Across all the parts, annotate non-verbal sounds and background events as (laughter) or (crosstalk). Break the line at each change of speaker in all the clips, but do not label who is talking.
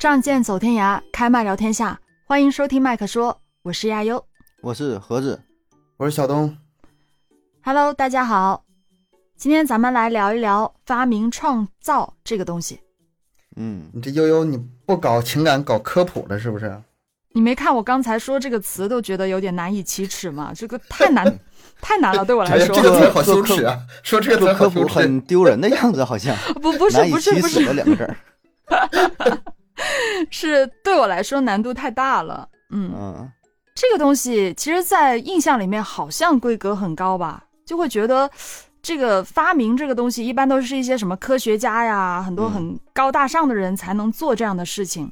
仗剑走天涯，开麦聊天下，欢迎收听麦克说，我是亚优。
我是盒子，
我是小东。
Hello，大家好，今天咱们来聊一聊发明创造这个东西。
嗯，
你这悠悠，你不搞情感，搞科普了是不是？
你没看我刚才说这个词都觉得有点难以启齿吗？这个太难，太难了，对我来
哎呀，
说
这，个词好羞耻啊！说这个词
做科
好
普
羞耻。
很丢人的样子，好像
不不是
难以
不是
启
不
齿
是
的两个字儿。
是对我来说难度太大了。嗯，
嗯，
这个东西其实，在印象里面好像规格很高吧，就会觉得这个发明这个东西一般都是一些什么科学家呀，很多
嗯
很高大上的人才能做这样的事情。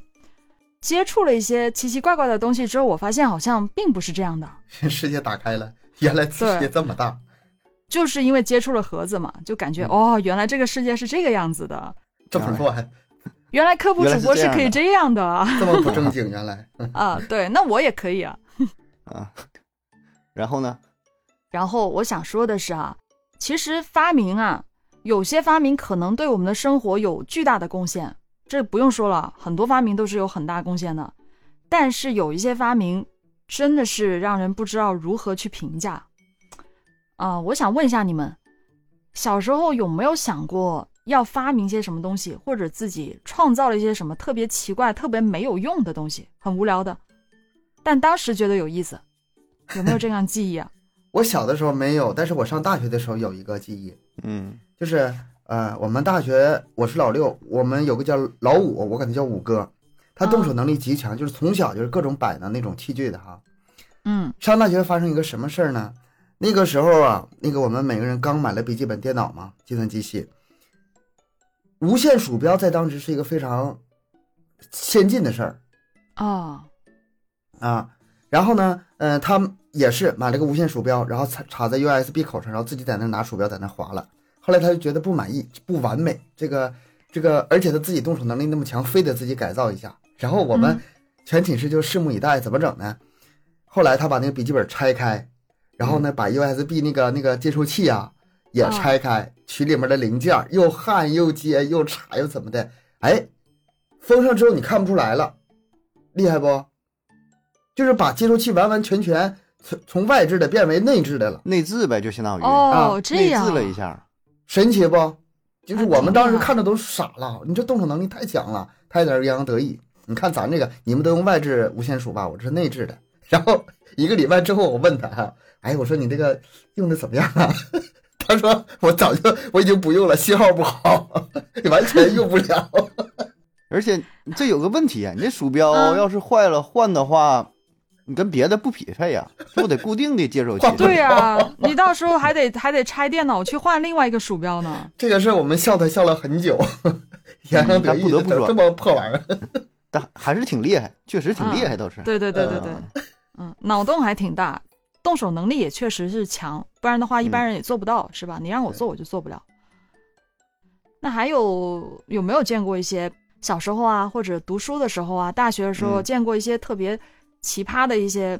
接触了一些奇奇怪怪的东西之后，我发现好像并不是这样的，
世界打开了，原来世界这么大。
就是因为接触了盒子嘛，就感觉、
嗯
哦，原来这个世界是这个样子的，
这么乱，
原来科普
原
主
来是
播
这
是
样
可以
的
这样的
(laughs)
啊
这么不正经，原来。嗯
啊，对，那我也可以啊。
啊，然后呢？
然后我想说的是啊，其实发明啊，有些发明可能对我们的生活有巨大的贡献，这不用说了，很多发明都是有很大贡献的。但是有一些发明真的是让人不知道如何去评价。啊、我想问一下你们，小时候有没有想过要发明些什么东西，或者自己创造了一些什么特别奇怪、特别没有用的东西，很无聊的，但当时觉得有意思，有没有这样记忆啊？ (laughs)
我小的时候没有，但是我上大学的时候有一个记忆，
嗯
就是呃，我们大学我是老六，我们有个叫老五，我管他叫五哥，他动
啊
手能力极强，就是从小就是各种摆弄那种器具的哈。
嗯
上大学发生一个什么事儿呢？那个时候啊，那个我们每个人刚买了笔记本电脑嘛，计算机系，无线鼠标在当时是一个非常先进的事儿
哦，
啊。然后呢，呃，他们也是买了个无线鼠标，然后插插在 USB 口上，然后自己在那拿鼠标在那划了。后来他就觉得不满意，不完美，这个这个，而且他自己动手能力那么强，非得自己改造一下。然后我们
嗯
全寝室就拭目以待，怎么整呢？后来他把那个笔记本拆开，然后呢，把 USB 那个那个接收器啊也拆开，取里面的零件儿，又焊又接又插又怎么的，哎，封上之后你看不出来了，厉害不？就是把接收器完完全全从从外置的变为内置的了，
内置呗，就相当于
哦，
啊
这
内
样
置了一下。
神奇不？就是
哎
我们当时
挺厉害
看着都傻了，你这动手能力太强了，他有点洋洋得意。你看咱这个，你们都用外置无线鼠吧，我这是内置的。 (laughs) 然后一个礼拜之后，我问他哈，哎，我说你这个用的怎么样啊？ (laughs) 他说我早就我已经不用了，信号不好， (laughs) 完全用不了。 (laughs)
而且这有个问题啊，你这鼠标
嗯
要是坏了换的话，你跟别的不匹配呀，就得固定的接收器。
换不
对
(laughs)
呀、你到时候还得还得拆电脑去换另外一个鼠标
(laughs)
呢。
这个事儿我们笑他笑了很久， (laughs) 洋洋得意
嗯但不得不
的
说
这么破玩
(laughs)
意儿。
但还是挺厉害，确实挺厉害，倒是。
嗯对对对对对，
嗯
嗯，脑洞还挺大，动手能力也确实是强，不然的话一般人也做不到，是吧？你让我做我就做不了。那还有有没有见过一些小时候啊，或者读书的时候啊，大学的时候
嗯
见过一些特别奇葩的一些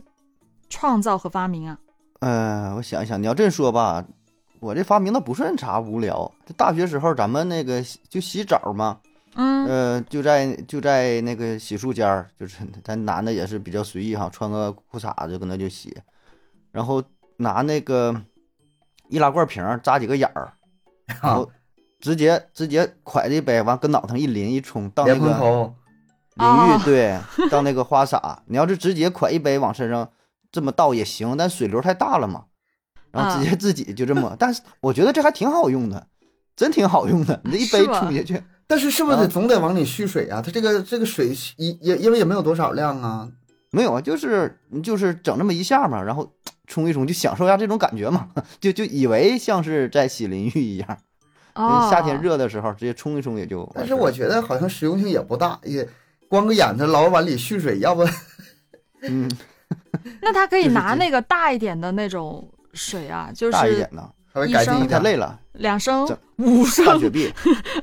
创造和发明啊？
嗯，我想一想，你要这么说吧，我这发明倒不算啥无聊。这大学时候咱们那个洗就洗澡嘛，
嗯
呃，就在就在那个洗漱间儿，就是咱男的也是比较随意哈，穿个裤衩子就搁那就洗，然后拿那个易拉罐瓶儿扎几个眼儿，然后直接直接蒯着一杯，完跟脑袋上一淋一冲
(laughs)
到那
莲蓬
个
头，
淋
哦
浴，对，到那个花洒。你要是直接蒯一杯往身上这么倒也行，但水流太大了嘛，然后直
嗯
接自己就这么，但是我觉得这还挺好用的，真挺好用的，你这一
是
杯
吧
冲下去。
但是是不是得
啊
总得往里蓄水啊？它这个这个水也也因为也没有多少量啊，
没有啊，就是就是整那么一下嘛，然后冲一冲，就享受一下这种感觉嘛， (laughs) 就就以为像是在洗淋浴一样。
哦，
呃夏天热的时候直接冲一冲也就完事儿。
但是我觉得好像实用性也不大，也光个眼子老往里蓄水，要不
嗯，
那他可以
就是
拿
这
那个大一点的那种水啊，就
大一
是
点呢，
还会改进
医
一
生
太
点。
累
(laughs)
了，
两升
这、
五
大
升
雪碧。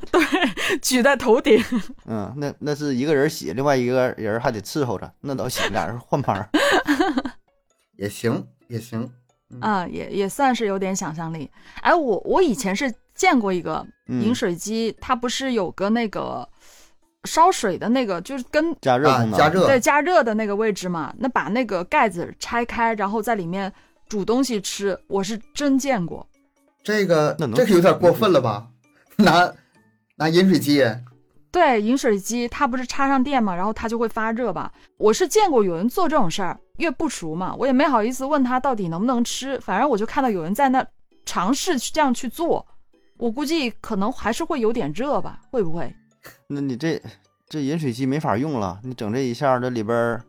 (laughs) 举在头顶。
嗯，那那是一个人洗，另外一个人还得伺候着，那倒行，俩人换班儿。
也行，也行。
嗯
(laughs) 啊，也也算是有点想象力。哎，我我以前是见过一个
嗯
饮水机，它不是有个那个烧水的那个，就是跟
加热
啊
功，能，
加热
对加热的那个位置嘛，那把那个盖子拆开，然后在里面煮东西吃，我是真见过。
这个
那能嗯
这个有点过分了吧？ (laughs) 拿拿饮水机，
对，饮水机它不是插上电嘛，然后它就会发热吧。我是见过有人做这种事儿，越不熟嘛，我也没好意思问他到底能不能吃，反正我就看到有人在那尝试去这样去做，我估计可能还是会有点热吧，会不会？ (laughs)
那你这这饮水机没法用了，你整这一下，这里边儿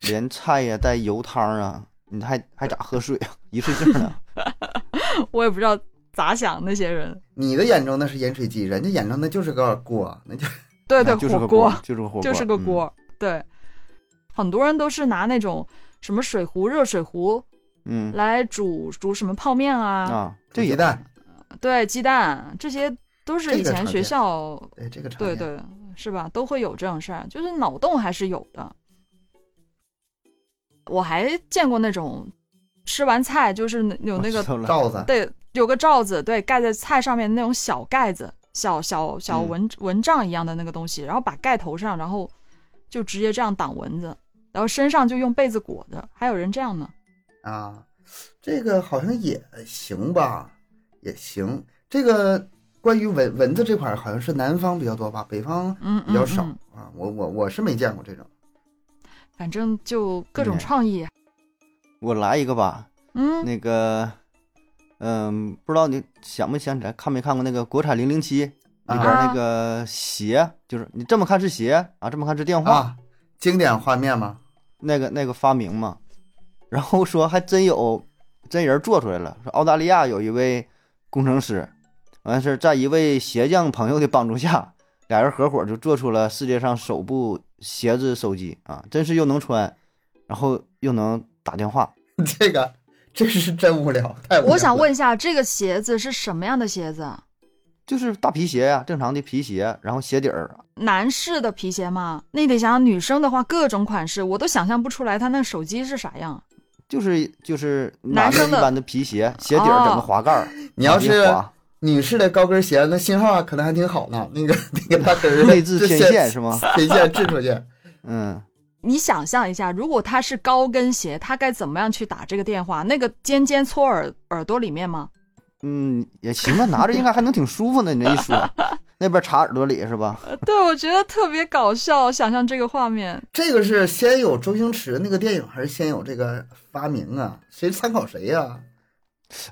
连菜呀、带油汤啊，你还还咋喝水啊？ (laughs) 一睡觉呢？
我也不知道咋想那些人。
你的眼中那是饮水机，人家眼中那就是个锅，那就
对对，
那哎就是
火
个
锅
锅，就是个火锅，
就是个
嗯。
锅儿。对，很多人都是拿那种什么水壶、热水壶
嗯
来煮煮什么泡面啊，
啊，
煮
这
鸡
也
蛋，
对，鸡蛋这些都是
这
以
个
前
常
学
见
校
对哎这个常
对
见。
对是吧，都会有这种事儿，就是脑洞还是有的。我还见过那种吃完菜就是有那
(laughs)
个
我知道了
罩子，
对，有个罩子，对，盖在菜上面的那种小盖子，小小小
嗯
蚊、蚊帐一样的那个东西，然后把盖头上，然后就直接这样挡蚊子，然后身上就用被子裹着，还有人这样呢。
啊，这个好像也行吧，也行。这个关于蚊蚊子这块，好像是南方比较多吧，北方
嗯，
比较少、
嗯嗯，
啊。我我我是没见过这种。
反正就各种
嗯
创意。啊
我来一个吧。
嗯，
那个，嗯，不知道你想没想起来，看没看过那个国产零零七里边
啊
那个鞋，就是你这么看是鞋啊，这么看是电话，
啊，经典画面嘛，
那个那个发明嘛。然后说还真有真人做出来了，说澳大利亚有一位工程师，完事儿在一位鞋匠朋友的帮助下，俩人合伙就做出了世界上首部鞋子手机啊，真是又能穿，然后又能打电话。
(laughs) 这个这是真无聊，太无聊。
我想，问一下，这个鞋子是什么样的鞋子？啊
就是大皮鞋呀、正常的皮鞋，然后鞋底儿
男士的皮鞋吗？那你得想想女生的话，各种款式我都想象不出来，她那手机是啥样。
就是就是
男
男的
生
一
的
般的皮鞋，鞋底儿整个滑盖儿，
你要
往
是
里滑
女士的高跟鞋，那信号啊可能还挺好呢，那个那个大跟儿
(laughs) 内置天线是
吗？ (laughs)
吗？
天线掷出去，
嗯，
你想象一下，如果它是高跟鞋，它该怎么样去打这个电话？那个尖尖戳耳耳朵里面吗？
嗯，也行吧，拿着应该还能挺舒服呢。你这一
(laughs)
说，那边插耳朵里是吧？
呃对，我觉得特别搞笑，想象这个画面。
这个是先有周星驰那个电影，还是先有这个发明啊？谁参考谁呀、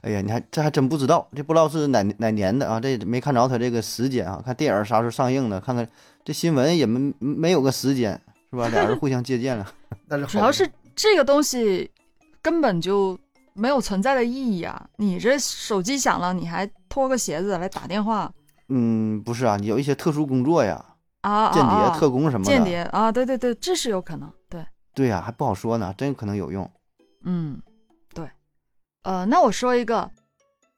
哎呀，你还这还真不知道，这不知道是哪哪年的啊？这没看着他这个时间啊，看电影啥时候上映的，看看这新闻也没没有个时间是吧？俩人互相借鉴了， (laughs)
但是好
主要是这个东西根本就没有存在的意义啊！你这手机响了，你还脱个鞋子来打电话
嗯，不是啊，有一些特殊工作呀，
啊？
间
啊
谍、特工什么
啊
的，
间谍啊！对对对，这是有可能。对，
对呀、还不好说呢，真可能有用。
嗯，对。呃，那我说一个，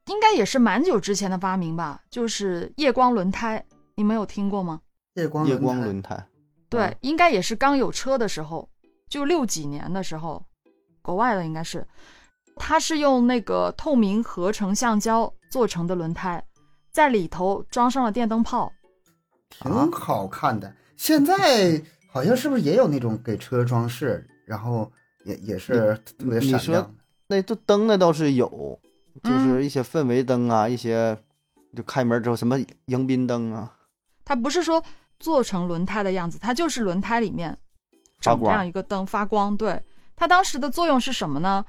应该也是蛮久之前的发明吧，就是夜光轮胎，你们有听过吗？
夜光
夜光
胎
轮胎，
对
嗯，
应该也是刚有车的时候，就六几年的时候，国外的应该是，它是用那个透明合成橡胶做成的轮胎，在里头装上了电灯泡。
啊
挺好看的。现在好像是不是也有那种给车装饰，然后也也是特别
你
闪
说
亮的
那这灯呢倒是有，就
嗯
是一些氛围灯啊，一些就开门之后什么迎宾灯啊，
它不是说做成轮胎的样子，它就是轮胎里面整这
发
样
光
一个灯发光。对，它当时的作用是什么呢？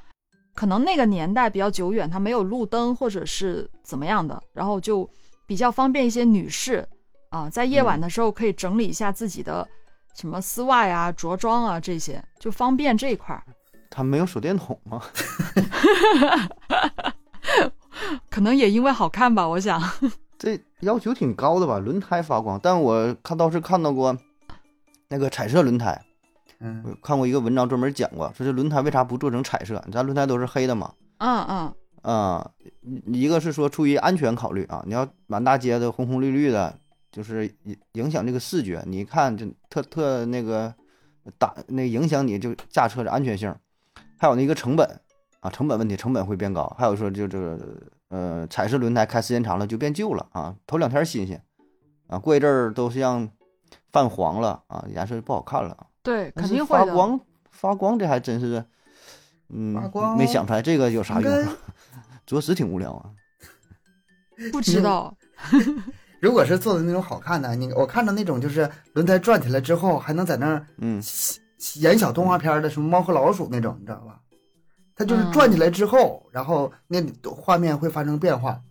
可能那个年代比较久远，它没有路灯或者是怎么样的，然后就比较方便一些女士啊，在夜
嗯
晚的时候可以整理一下自己的什么丝袜呀、着装啊这些，就方便这一块儿。
它没有手电筒吗？ (laughs)
可能也因为好看吧，我
(laughs)
想。
这要求挺高的吧？轮胎发光，但我看倒是看到过那个彩色轮胎，
嗯，
我看过一个文章专门讲过，说这轮胎为啥不做成彩色？咱轮胎都是黑的嘛，
嗯嗯，
啊、一个是说出于安全考虑啊，你要满大街的红红绿绿的，就是影影响这个视觉，你一看就特特那个打那个影响你就驾车的安全性，还有那个成本啊，成本问题，成本会变高，还有说就这个呃彩色轮胎开时间长了就变旧了啊，头两天新鲜啊，过一阵儿都像泛黄了啊，颜色就不好看了。
对，
但
肯
是
定会
发
的。
光发光这还真是，嗯
发光，
没想出来这个有啥
应
用
该
啊？着实挺无聊啊。
不知
(laughs)
道，
如果是做的那种好看的，你我看到那种就是轮胎转起来之后还能在那儿
嗯，
演小动画片的，什么猫和老鼠那种，你知道吧？它就是转起来之后，然后那里画面会发生变化。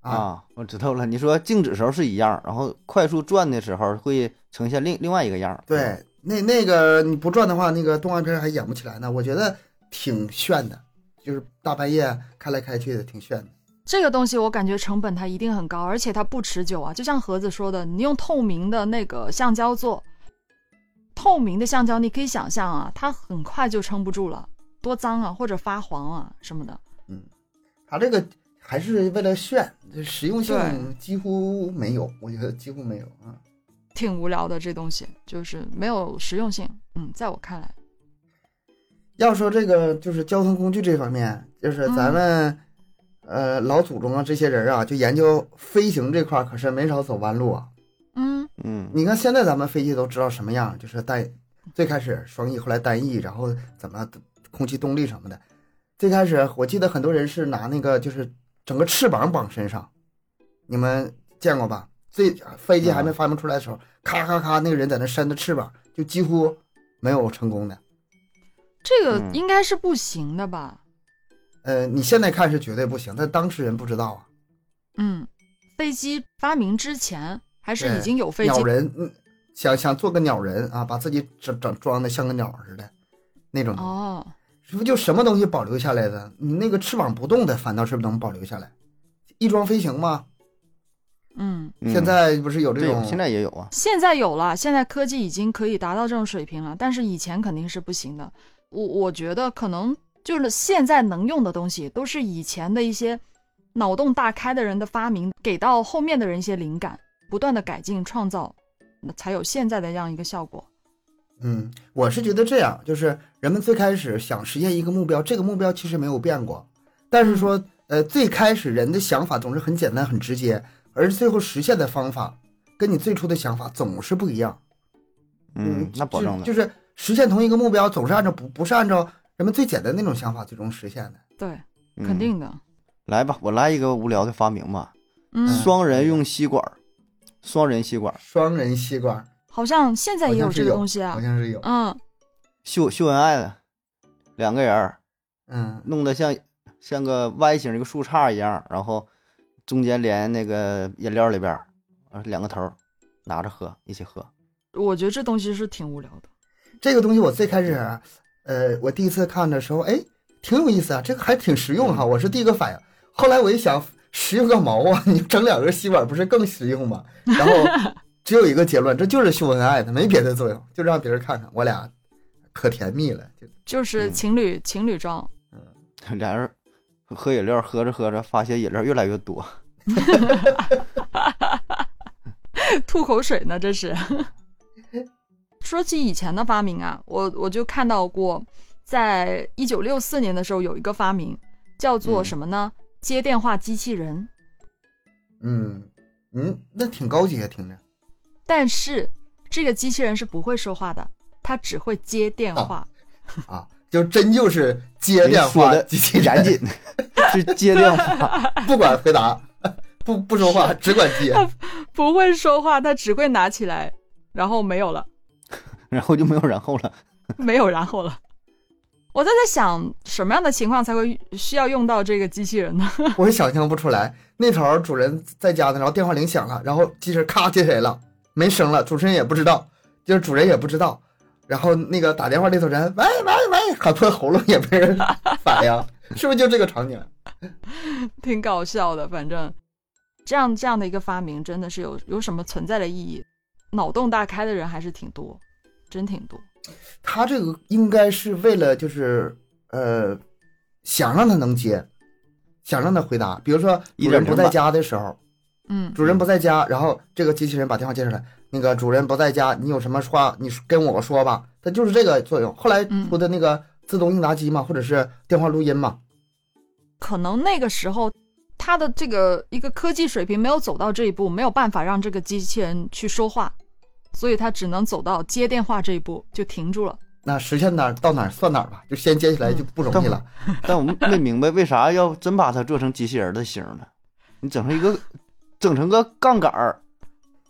啊，
啊，我知道了。你说静止时候是一样，然后快速转的时候会呈现另另外一个样儿。
对，那那个你不转的话，那个动画片还演不起来呢。我觉得挺炫的，就是大半夜开来开去的，挺炫的。
这个东西我感觉成本它一定很高，而且它不持久啊。就像盒子说的，你用透明的那个橡胶做，透明的橡胶你可以想象啊，它很快就撑不住了，多脏啊，或者发黄啊什么的。
它这个还是为了炫，这实用
对
性几乎没有，我觉得几乎没有啊。
挺无聊的，这东西就是没有实用性。嗯，在我看来，
要说这个就是交通工具这方面，就是咱们、呃老祖宗啊这些人啊，就研究飞行这块儿可是没少走弯路啊。
嗯，
嗯，
你看现在咱们飞机都知道什么样，就是单最开始双翼，后来单翼，然后怎么空气动力什么的。最开始我记得很多人是拿那个就是整个翅膀绑身上，你们见过吧？最啊飞机还没发明出来的时候，咔咔咔，那个人在那扇着翅膀，就几乎没有成功的。
这个
嗯
应该是不行的吧？
呃，你现在看是绝对不行，但当事人不知道啊。
嗯，飞机发明之前还是
对
已经有飞
鸟
机，
人，嗯，想想做个鸟人啊，把自己整整装的像个鸟似的，那种，
哦，
是不就什么东西保留下来的？你那个翅膀不动的，反倒是能保留下来。翼装飞行嘛，
嗯，
嗯
现在不是有这
对
种？
现在也有啊。
现在有了，现在科技已经可以达到这种水平了，但是以前肯定是不行的。我我觉得可能就是现在能用的东西，都是以前的一些脑洞大开的人的发明，给到后面的人一些灵感，不断的改进创造，那才有现在的这样一个效果。
嗯，我是觉得这样，就是人们最开始想实现一个目标，这个目标其实没有变过，但是说，
嗯
呃，最开始人的想法总是很简单、很直接，而最后实现的方法跟你最初的想法总是不一样。
嗯，那保证的。
就是实现同一个目标，总是按照不不是按照人们最简单那种想法最终实现的。
对，
嗯
肯定的。
来吧，我来一个无聊的发明吧。
嗯，
双人用吸管儿，双人吸管儿，
双人吸管
好像现在也有这个东西啊
好。像是有，
嗯，
秀秀恩爱的，两个人儿
嗯，
弄得像像个 Y 型一个树杈一样，然后中间连那个饮料里边儿，呃两个头儿拿着喝，一起喝。
我觉得这东西是挺无聊的。
这个东西我最开始，呃，我第一次看的时候，哎，挺有意思啊，这个还挺实用哈、我是第一个反应。后来我一想，实用个毛啊！ (laughs) 你整两个吸管不是更实用吗？然后只有一个结论，这就是秀恩爱的，没别的作用，就让别人看看我俩可甜蜜了。就
就是
嗯
情侣、情侣装，
(laughs) 俩人喝饮料，喝着喝着，发现饮料越来越多，
吐口水呢，这是。 (laughs) 说起以前的发明啊，我我就看到过，在一九六四年的时候有一个发明，叫做
嗯
什么呢？接电话机器人。
嗯嗯，那挺高级啊，听着。
但是这个机器人是不会说话的，它只会接电话。
啊，就真就是接电
说
话
的
机器人
严谨，是接电话。
不管回答， (laughs) 不不说
啊
话，只管
(laughs)
接。
不会说话，它只会拿起来，然后没有了。
然后就没有然后了。
没有然后了。我在在想，什么样的情况才会需要用到这个机器人呢？
我也想象不出来，那头儿主人在家呢，然后电话铃响了，然后机器人咔接起来了，没声了，主持人也不知道，就是主人也不知道。然后那个打电话那头人喂喂喂，喊破喉咙也
(laughs)
没人反应，是不是就这个场景？啊
挺搞笑的，反正这样这样的一个发明，真的是有有什么存在的意义？脑洞大开的人还是挺多，真挺多。
他这个应该是为了就是呃，想让他能接，想让他回答。比如说主人不在家的时候，
嗯
主人不在家，然后这个机器人把电话接上来，那个主人不在家，你有什么话你跟我说吧，它就是这个作用。后来
嗯
出的那个自动应答机嘛，或者是电话录音嘛，
可能那个时候他的这个一个科技水平没有走到这一步，没有办法让这个机器人去说话，所以他只能走到接电话这一步就停住了。
那实现哪儿到哪儿算哪儿吧，就先接起来就不容易了。
但我们没明白为啥要真把它做成机器人的形儿呢？你整成一个，整成个杠杆儿，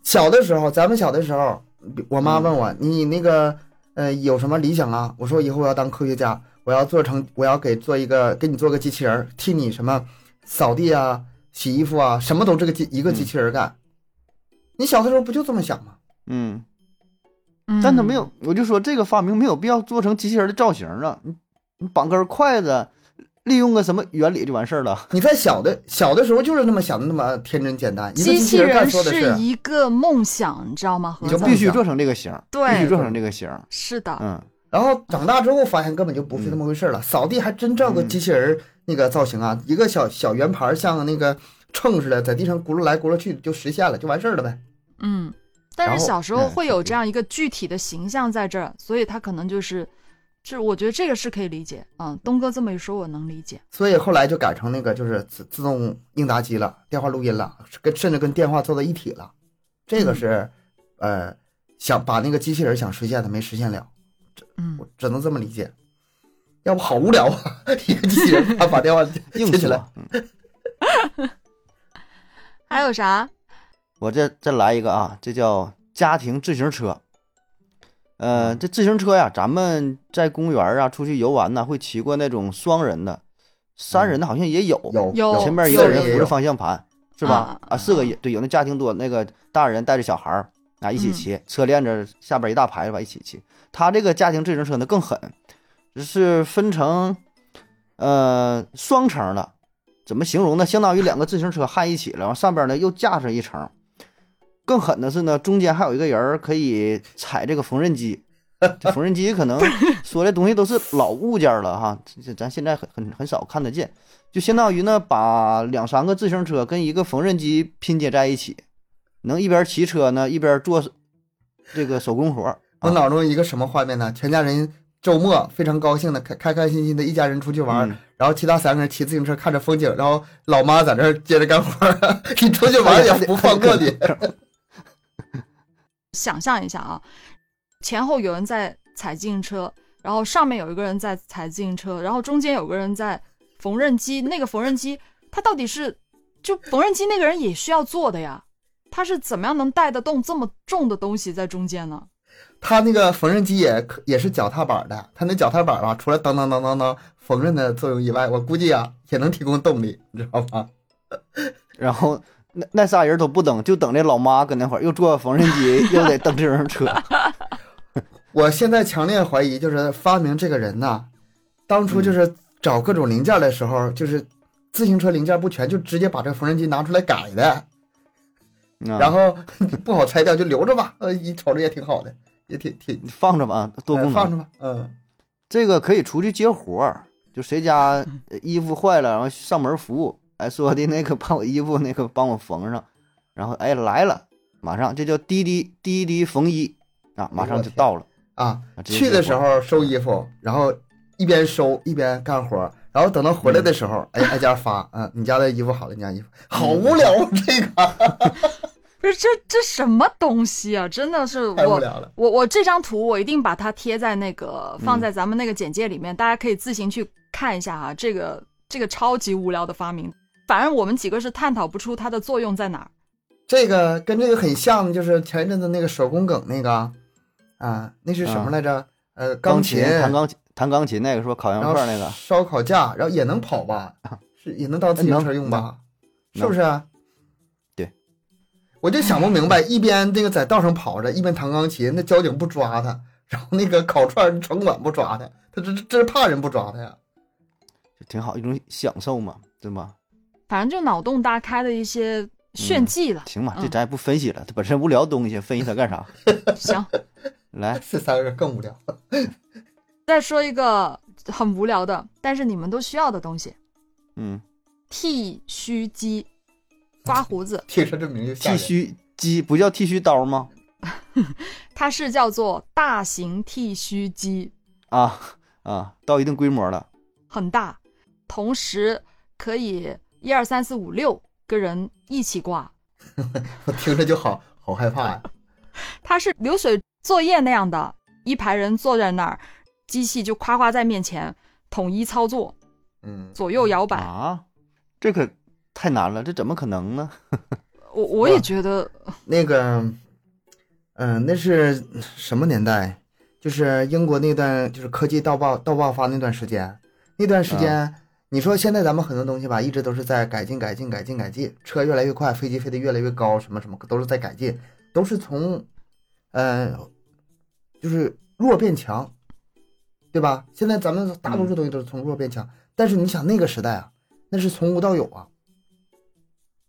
小的时候，咱们小的时候，我妈问我、你那个呃有什么理想啊？我说以后我要当科学家，我要做成，我要给做一个给你做个机器人儿，替你什么扫地啊、洗衣服啊，什么都这个机一个机器人儿干。你小的时候不就这么想吗？
嗯，
嗯
但它没有，我就说这个发明没有必要做成机器人的造型啊，你你绑根筷子，利用个什么原理就完事儿了。
你在小的小的时候就是那么想的，那么天真简单。一个
机器
机器人
人
干所有的
是
事，啊
一个梦想，你知道吗？
你
和
就
咱
必
梦
们
须做成这个形儿，必须
对，
做成这个形儿。
是的，
嗯，
然后长大之后发现根本就不是那么回
嗯
事了。扫地还真照个机器人儿那个造型啊，一个小小圆盘儿像那个秤似的，在地上轱辘来轱辘去就实现了，就完事儿了呗。
嗯，但
然
是
后
小时候
嗯
会有这样一个具体的形象在这儿，所以他可能就是，这我觉得这个是可以理解啊、东哥这么一说，我能理解。
所以后来就改成那个就是自自动应答机了，电话录音了，跟甚至跟电话做到一体了。这个是，呃，想把那个机器人想实现的没实现了，
嗯
我只能这么理解。要不好无聊啊， (laughs) 一个机器人把把电话
硬
接起来
说。嗯
还有啥？
我这再来一个啊，这叫家庭自行车。呃，
嗯
这自行车呀，咱们在公园啊出去游玩呐，会骑过那种双人的，三人的好像也有，
有
嗯有
前面一
四
个
个
人
也
扶着方向盘，是吧
啊？
啊，四个也对，有那家庭多，那个大人带着小孩儿啊一起骑，车链子下边一大排子吧一起骑。他这个家庭自行车呢更狠，就是分成呃双层的，怎么形容呢？相当于两个自行车焊一起了，然后上边呢又架上一层。更狠的是呢，中间还有一个人儿可以踩这个缝纫机。这缝纫机可能说的东西都是老物件了哈，这这咱现在很很很少看得见，就相当于呢把两三个自行车跟一个缝纫机拼接在一起，能一边骑车呢一边做这个手工活儿。
我脑中一个什么画面呢？全家人周末非常高兴的开开开心心的一家人出去玩，
嗯
然后其他三个人骑自行车看着风景，然后老妈在那儿接着干活儿， (laughs) 你出去玩也不放过你。
想象一下啊，前后有人在踩自行车，然后上面有一个人在踩自行车，然后中间有个人在缝纫机，那个缝纫机他到底是就缝纫机那个人也需要做的呀，他是怎么样能带得动这么重的东西在中间呢？
他那个缝纫机也可也是脚踏板的，他那脚踏板吧，除了当当当当当缝纫的作用以外，我估计啊也能提供动力，你知道吗？
(laughs)
(laughs)
然后那那仨人都不等，就等这老妈搁那会儿又做缝纫机，又得蹬自行车。
我现在强烈怀疑，就是发明这个人呐、当初就是找各种零件的时候，就是自行车零件不全，就直接把这缝纫机拿出来改的，
嗯
然后 (laughs) 不好拆掉就留着吧，呃，一瞅着也挺好的，也挺挺
你放着吧，啊多
呃
功
放
能。
着吧，嗯，
这个可以出去接活儿，就谁家呃衣服坏了，然后上门服务。哎，说的那个把我衣服那个帮我缝上，然后哎来了，马上这叫滴滴滴滴缝衣啊，马
哎
上就到了。
啊，
啊直接
去的
接
时
活
候收衣服，然后一边收一边干活，然后等到
嗯
回来的时候，哎，挨家发啊，你家的衣服好了，你家衣服好
嗯
无聊，啊
(laughs)
这个
不是这这什么东西啊！真的是
太无
我
聊了。
我我这张图我一定把它贴在那个放在咱们那个简介里面，大家可以自行去看一下哈、这个这个超级无聊的发明，反正我们几个是探讨不出它的作用在哪儿。
这个跟这个很像，就是前一阵子那个手工梗那个啊，那是什么来着？呃，钢
琴弹钢琴弹钢琴那个说烤
然
羊
后
块那个，
烧烤架，然后也能跑
(laughs)
吧？是也能当自行车用吧？
能
是不是啊？
对，
我就想不明白， (laughs) 一边这个在道上跑着，一边弹钢琴，那交警不抓他，然后那个烤串城管不抓他，他这这这是怕人不抓他呀？ (laughs)
就挺好一种享受嘛，对吧？
反正就脑洞大开的一些炫技了。
行吧，这
嗯
咱也不分析了，它本身无聊东西，分析它干啥？ (laughs)
行，
来，
这三个更无聊。
再说一个很无聊的，但是你们都需要的东西
嗯，
——剃须机，刮胡子，
听着这名就吓
剃
人。
须机不叫剃须刀吗？
它是叫做大型剃须机，
啊啊，到一定规模了，
很大，同时可以一二三四五六个人一起刮。
我听着就好好害怕呀、
它是流水作业那样的，一排人坐在那儿，机器就夸夸在面前统一操作，
嗯，
左右摇摆。
啊，这可太难了，这怎么可能呢？
我我也觉得，
那个，嗯、那是什么年代？就是英国那段，就是科技到爆到爆发那段时间。那段时间，你说现在咱们很多东西吧，一直都是在改进、改进、改进、改进，车越来越快，飞机飞得越来越高，什么什么都是在改进，都是从，嗯、就是弱变强，对吧？现在咱们大多数东西都是从弱变强，但是你想那个时代啊，那是从无到有啊，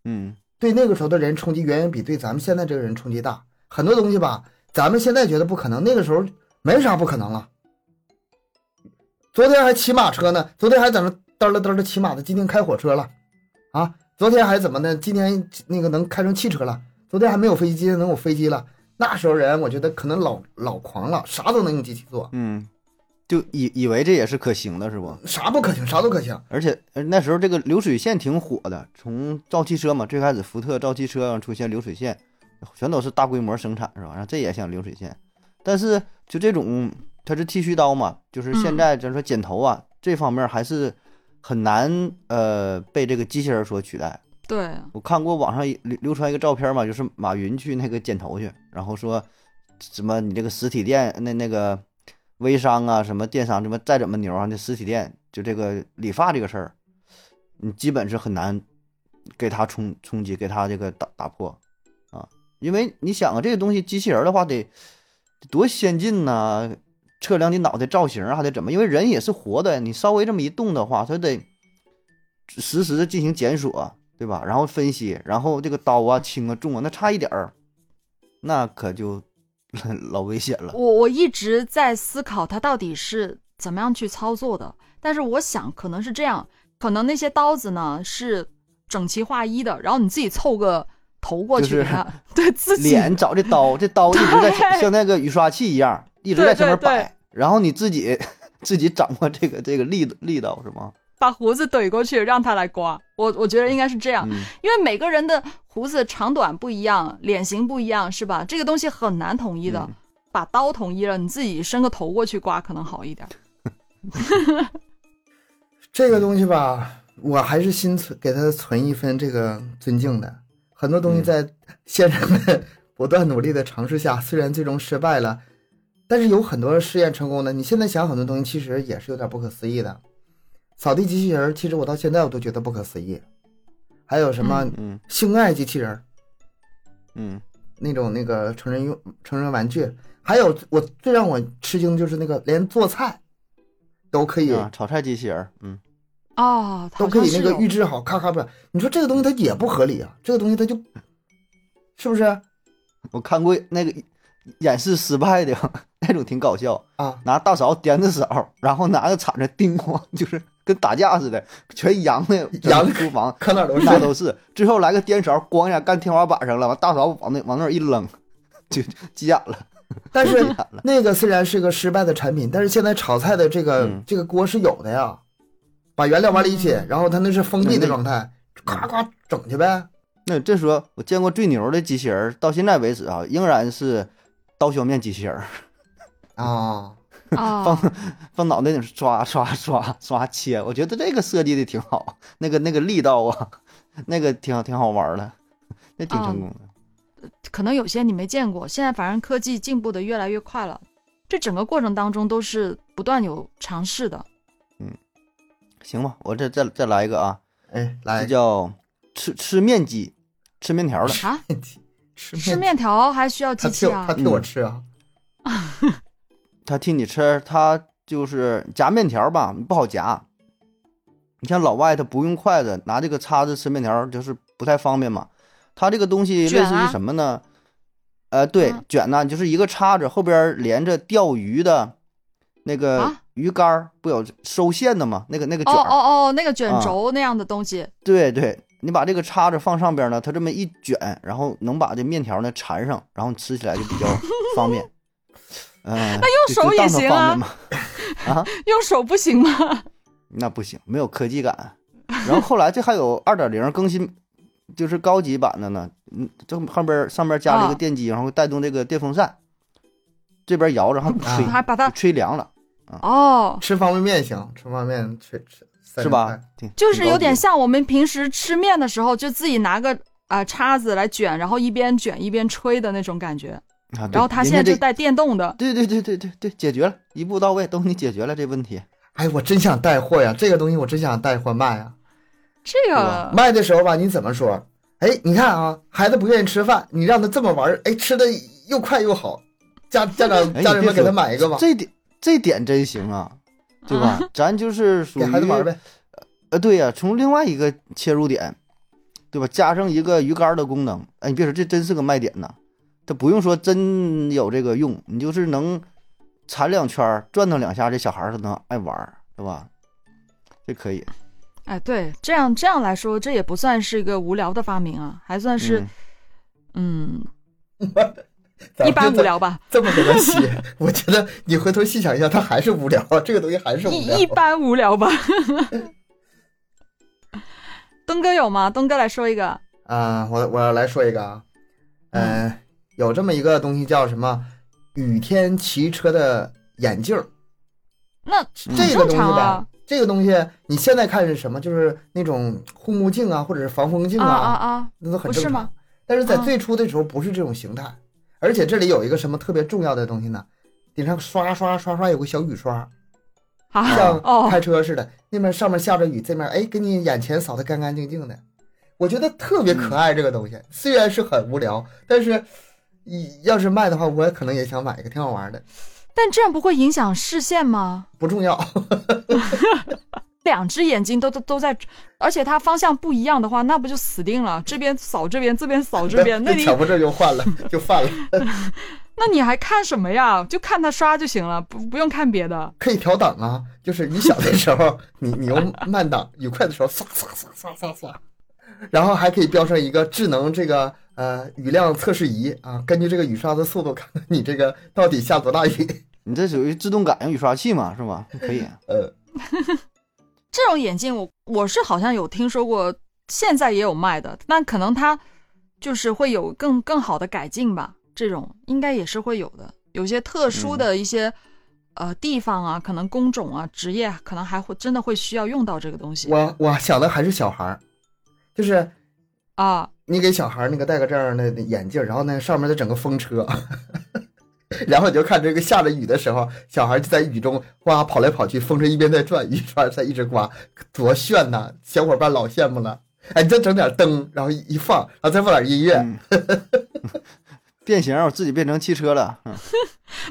嗯，
对那个时候的人冲击远远比对咱们现在这个人冲击大。很多东西吧，咱们现在觉得不可能，那个时候没啥不可能了。昨天还骑马车呢，昨天还在那嘚了嘚了骑马呢，今天开火车了，啊，昨天还怎么呢？今天那个能开成汽车了，昨天还没有飞机，今天能有飞机了。那时候人我觉得可能老老狂了，啥都能用机器做，
嗯，就以以为这也是可行的，是不？
啥不可行，啥都可行。
而且呃那时候这个流水线挺火的，从造汽车嘛，最开始福特造汽车上出现流水线，全都是大规模生产，是吧？然后这也像流水线，但是就这种它是剃须刀嘛，就是现在咱说剪头啊、这方面还是很难呃被这个机器人所取代。
对，
我看过网上一流流传一个照片嘛，就是马云去那个剪头去，然后说什么你这个实体店那那个微商啊，什么电商，什么再怎么牛啊，那实体店就这个理发这个事儿，你基本是很难给他冲冲击，给他这个打打破啊，因为你想啊，这个东西机器人儿的话得得多先进呐、测量你脑袋造型啊还得怎么？因为人也是活的，你稍微这么一动的话，它得实时的进行检索，对吧？然后分析，然后这个刀啊、轻啊、重啊，那差一点儿，那可就 (laughs) 老危险了。
我我一直在思考它到底是怎么样去操作的，但是我想可能是这样，可能那些刀子呢是整齐划一的，然后你自己凑个头过去
就是
给它，对自 (laughs) 己
脸找这刀，这刀一直在
对
像那个雨刷器一样，一直
对
在前面
对对
摆，然后你自己自己掌握这个这个力力道是吗？
把胡子怼过去让它来刮。我我觉得应该是这样，
嗯，
因为每个人的胡子长短不一样，脸型不一样，是吧？这个东西很难统一的。
嗯
把刀统一了，你自己伸个头过去刮可能好一点。
这个东西吧，我还是心存给他存一分这个尊敬的。很多东西
嗯
在现人的 (laughs) 不断努力的尝试下，虽然最终失败了，但是有很多试验成功的。你现在想很多东西，其实也是有点不可思议的。扫地机器人儿，其实我到现在我都觉得不可思议。还有什么
嗯
性爱机器人儿
嗯
那种那个成人用成人玩具，还有我最让我吃惊的就是那个连做菜都可以
啊，炒菜机器人儿，嗯
哦，
都
好
可
像
以那
是
个
有
预制好，咔咔不是？你说这个东西它也不合理啊，这个东西它就，是不是啊？
我看过那个演示失败的 (laughs) 那种，挺搞笑。
啊
拿大勺掂着勺，然后拿个铲子叮咣， (laughs) 就是跟打架似的，全扬的
(laughs) 扬，
整个厨房
看哪儿都是
那都是。最后来个颠勺，咣一下干天花板上了，完大勺往那往那儿一扔， (laughs) 就急眼了。
但是那个虽然是个失败的产品，但是现在炒菜的这个、
嗯
这个锅是有的呀，把原料往里一起，
嗯
然后它那是封闭的状态，咔咔整去呗。
那这说，我见过最牛的机器人儿，到现在为止啊，仍然是刀削面机器人儿，
啊，
啊，
放脑袋顶上刷刷刷刷切。我觉得这个设计的挺好，那个那个力道啊，那个挺好挺好玩儿的，那挺成功的。
可能有些你没见过。现在反正科技进步的越来越快了，这整个过程当中都是不断有尝试的。
行吧，我这再再来一个啊，
哎，
这
来
叫吃吃面机，吃面条的。
啊，
(laughs) 吃
吃面条还需要机
他替
器
我
啊
他？替我吃啊，
他替你吃，他就是夹面条吧，不好夹。你像老外他不用筷子，拿这个叉子吃面条就是不太方便嘛。他这个东西类似
卷啊
于什么呢？呃，对
嗯，
卷呐、就是一个叉子后边连着钓鱼的那个
啊
鱼竿儿，不有收线的吗？那个那个
哦
卷儿，
哦哦，那个卷
啊
轴那样的东西，
对对，你把这个叉子放上边呢，它这么一卷，然后能把这面条呢缠上，然后吃起来就比较
(laughs)
方便。嗯、那
哎手也行啊
嘛。
用手不行吗？
那不行，没有科技感。然后后来这还有二点零更新就是高级版的呢，嗯，这后边上边加了一个
啊
电机，然后带动这个电风扇，这边摇着还吹，
还把 (laughs) 它
吹凉了，
哦，
吃方便面行，吃方便面吃吃
是
三十
吧
块？
挺
就是有点
挺
像我们平时吃面的时候，就自己拿个啊、呃叉子来卷，然后一边卷一边吹的那种感觉。
高级啊。对
然后它
人
现
家
在就
这
带电动的，
对对对对对对，解决了，一步到位，都给你解决了这问题。
哎，我真想带货呀，这个东西我真想带货卖啊呀。
这
哇
个
卖的时候吧，你怎么说？哎，你看啊，孩子不愿意吃饭，你让他这么玩儿，哎，吃的又快又好。家家长
哎
家人
你别
们给
说
他买一个吧，
这点这点真行啊，
(laughs)
对吧？咱就是属于
给孩子玩儿呗。
呃，对呀、从另外一个切入点，对吧？加上一个鱼竿儿的功能，哎，你别说，这真是个卖点呐。它不用说真有这个用，你就是能缠两圈儿，转腾两下，这小孩儿他能爱玩儿，对吧？这可以，
哎，对，这样这样来说，这也不算是一个无聊的发明啊，还算是
嗯
嗯
咱
一
们
般
就
无
这
聊吧，
这么给他洗， (laughs) 我觉得你回头细想一下，他还是无聊啊，这个东西还是无聊。
一一般无聊吧。 (laughs) 东哥有吗？东哥来说一个
啊、我我来说一个啊，嗯、呃，有这么一个东西叫什么雨天骑车的眼镜儿，
那
这个
正
东西
常
吧
啊，
这个东西你现在看是什么？就是那种护目镜啊，或者是防风镜
啊啊啊！
那都很
不
正
是
常。
吗
但是在
啊
最初的时候不是这种形态，而且这里有一个什么特别重要的东西呢？顶上刷刷刷刷有个小雨刷， (laughs)
啊
像
哦
开车似的，那边上面下着雨，这面哎给你眼前扫得干干净净的，我觉得特别
嗯
可爱。这个东西虽然是很无聊，但是一要是卖的话，我可能也想买一个，挺好玩的。
但这样不会影响视线吗？
不重要，
两只眼睛都都都在，而且它方向不一样的话，那不就死定了？这边扫这边，这边扫这
(laughs)
边，那你
巧不这就换了，就犯了。
那你还看什么呀？就看它刷就行了，不不用看别的。
可以调档啊， (laughs) 就是你小的时候， (laughs) 你你用慢档，你快的时候唰唰唰唰唰唰，然后还可以标上一个智能这个呃雨量测试仪啊，根据这个雨刷的速度，看看你这个到底下多大雨。
你这属于自动感应雨刷器嘛，是吧？可以，
呃，
这种眼镜我我是好像有听说过，现在也有卖的，但可能它就是会有更更好的改进吧。这种应该也是会有的，有些特殊的一些、呃地方啊，可能工种啊、职业，可能还会真的会需要用到这个东西
我我想的还是小孩儿，就是
啊。
你给小孩儿那个戴个这样的眼镜，然后呢上面再整个风车， (laughs) 然后你就看这个下着雨的时候，小孩就在雨中哇跑来跑去，风车一边在转，雨刷在一直刮，多炫呐、小伙伴老羡慕了。哎，你再整点灯，然后一一放，然后再放点音乐，
嗯， (laughs) 变形，我自己变成汽车了，嗯，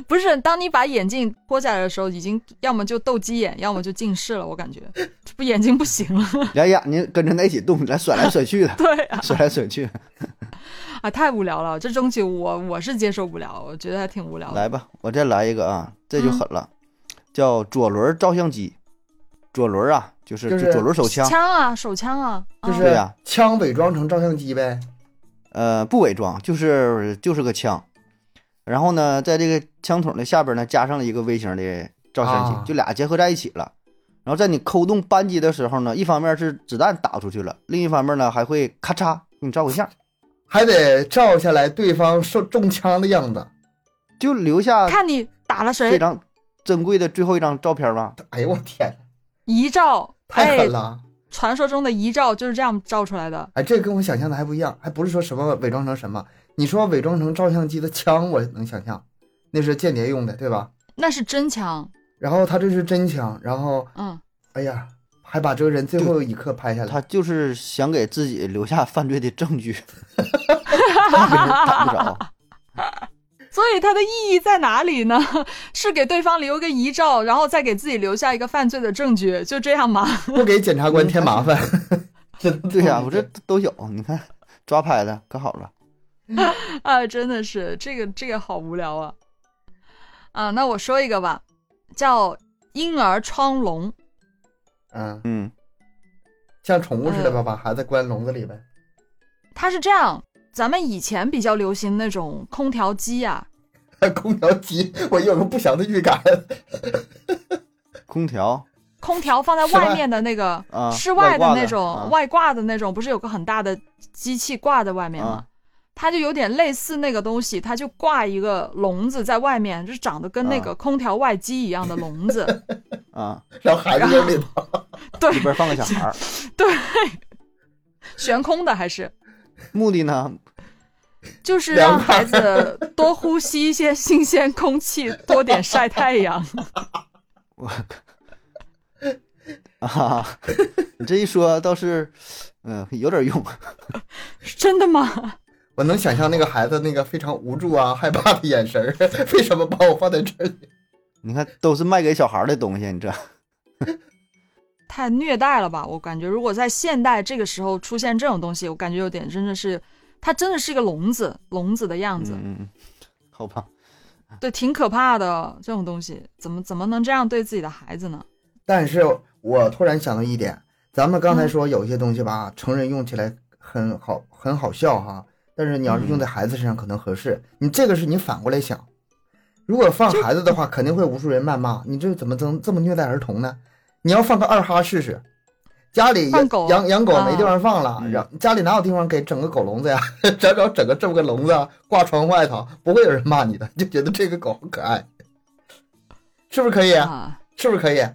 不是，当你把眼镜脱下来的时候，已经要么就斗鸡眼，要么就近视了。我感觉 (laughs) 这不眼睛不行
(laughs)
了。，
俩眼睛跟着那一起动，咱甩来甩去的 (laughs)
对啊，
甩来甩去。
啊太无聊了，这东西我我是接受不了，我觉得还挺无聊的。
来吧，我再来一个啊，这就
嗯
狠了，叫左轮照相机。左轮啊，就是
就是
就左轮手枪，
枪啊，手枪啊，啊
就
嗯
是
对呀
枪伪装成照相机呗。
呃，不伪装，就是就是个枪。然后呢，在这个枪筒的下边呢，加上了一个微型的照相机，
啊
就俩结合在一起了。然后在你扣动扳机的时候呢，一方面是子弹打出去了，另一方面呢还会咔嚓给你照个相，
还得照下来对方受中枪的样子。
就留下
啊看你打了
这
谁，
张珍贵的最后一张照片吧。
哎呦我天，
遗照，
太
哎
狠，了！
传说中的遗照就是这样照出来的。
哎，这跟我想象的还不一样，还不是说什么伪装成什么。你说伪装成照相机的枪，我能想象，那是间谍用的，对吧？
那是真枪，
然后他这是真枪，然后
嗯， (laughs)
哎呀，还把这个人最后一刻拍下来
他，就是想给自己留下犯罪的证据，打不
(laughs)
着。
所以它的意义在哪里呢？ (laughs) 是给对方留个遗照，然后再给自己留下一个犯罪的证据，就这样吗？
不给检察官添麻烦。 (laughs) 真的
对呀、我这都有，你看抓拍的可好了。
(laughs) 啊，真的是这个这个好无聊啊！啊，那我说一个吧，叫婴儿窗笼。
嗯，
嗯，
像宠物似的吧，把孩子关笼子里呗。 (laughs)
它是这样，咱们以前比较流行那种空调机啊呀、
空调机，我有个不祥的预感。
空调
空调放在
室外
外面的那个
啊，
室外
挂
的那
啊
种外挂的那种，不是有个很大的机器挂在外面吗
啊？
它就有点类似那个东西，它就挂一个笼子在外面，就长得跟那个空调外机一样的笼子。
啊，
然后孩子在里头， (laughs)
对
里边放个小孩儿，
(laughs) 对，悬空的还是
目的呢，
就是
凉
让
快
孩子多呼吸一些新鲜空气，多点晒太阳。 (laughs)
我啊， (laughs) 你这一说倒是，嗯，有点用。
是真的吗？
我能想象那个孩子那个非常无助啊、害怕的眼神儿。 (laughs) 为什么把我放在这里？
你看，都是卖给小孩儿的东西，你这
太虐待了吧！我感觉如果在现代这个时候出现这种东西，我感觉有点真的是，它真的是一个笼子，笼子的样子。
嗯嗯，好吧，
对，挺可怕的这种东西，怎么怎么能这样对自己的孩子呢？
但是
嗯
我突然想到一点，咱们刚才说有些东西吧，成人用起来很好，很好笑哈。但是你要是
嗯
用在孩子身上可能合适。你这个是你反过来想，如果放孩子的话，肯定会无数人谩骂，你这怎么能这么虐待儿童呢？你要放个二哈试试，家里
放狗
养养狗
啊
没地方放了，
嗯
然后家里哪有地方给整个狗笼子呀？ (laughs) 整整整个这么个笼子啊挂窗户外头，不会有人骂你的，就觉得这个狗好可爱，是不是可以？
啊，
是不是可以？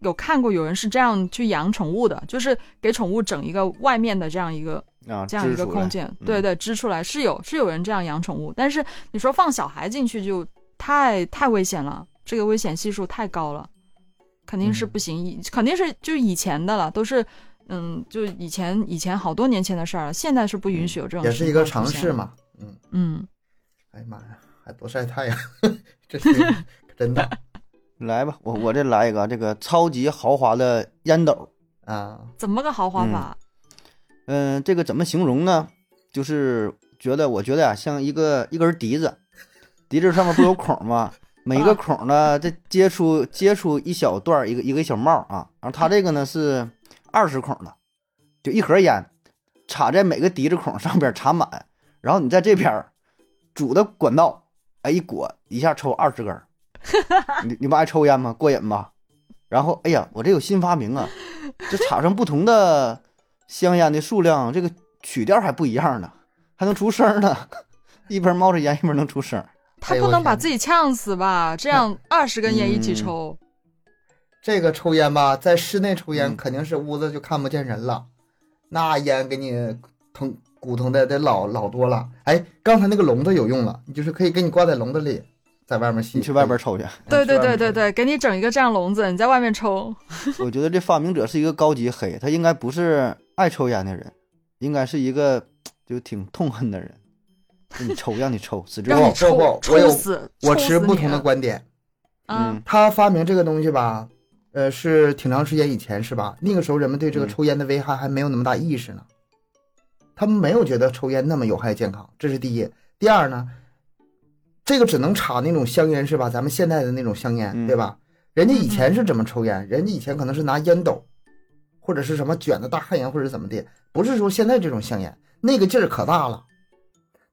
有看过有人是这样去养宠物的，就是给宠物整一个外面的这样一个
啊，
这样一个空间，对
嗯
对，支出来是有是有人这样养宠物，但是你说放小孩进去就太太危险了，这个危险系数太高了，肯定
嗯
是不行，以肯定是就以前的了，都是。嗯，就以前以前好多年前的事儿了，现在是不允许有这种、
嗯也是一个尝试。嘛。嗯，
嗯，
哎呀妈呀，还多晒
(laughs)
太阳，这是可真 (laughs) 的
来吧，我我这来一个啊这个超级豪华的烟斗，
啊！
怎么个豪华法？
嗯、这个怎么形容呢？就是觉得我觉得啊，像一个一根笛子，笛子上面不有孔吗？每
啊
一个孔呢，这接触接触一小段儿一个一个小帽儿啊，然后它这个呢是二十孔的，就一盒烟插在每个笛子孔上边儿插满，然后你在这边儿主的管道，哎一裹一下抽二十根儿，你你们爱抽烟吗？过瘾吧？然后哎呀，我这有新发明啊，这插上不同的香烟的数量，这个曲调还不一样呢，还能出声儿呢， (laughs) 一边冒着烟一边能出声儿。
他
哎
不
我
能
天
把
哪
自己呛死吧？这
嗯
样二十根烟一起
嗯
抽， (laughs)
这个抽烟吧，在室内抽烟
嗯
肯定是屋子就看不见人了，那烟给你通骨头的得老老多了。哎，刚才那个笼子有用了，你就是可以给你挂在笼子里，在外面吸。
你去外边抽去。
嗯，
对对
去外
对
面
对
抽，
对，给你整一个这样笼子，你在外面抽。
我觉得这发明者是一个高级黑，他应该不是爱抽烟的人，应该是一个就挺痛恨的人。就你抽，让你抽，死之
让
不
你
后
抽
不，不
抽
我有
死，
我
抽
持
死
不
你
同的观点。
啊
嗯，
他发明这个东西吧，呃，是挺长时间以前是吧？那个时候人们对这个
嗯
抽烟的危害还没有那么大意识呢，他们没有觉得抽烟那么有害健康，这是第一。第二呢，这个只能插那种香烟是吧？咱们现在的那种香烟、
嗯
对吧？人家以前是怎么抽烟？人家以前可能是拿烟斗，或者是什么卷的大旱烟，或者是怎么的，不是说现在这种香烟那个劲儿可大了。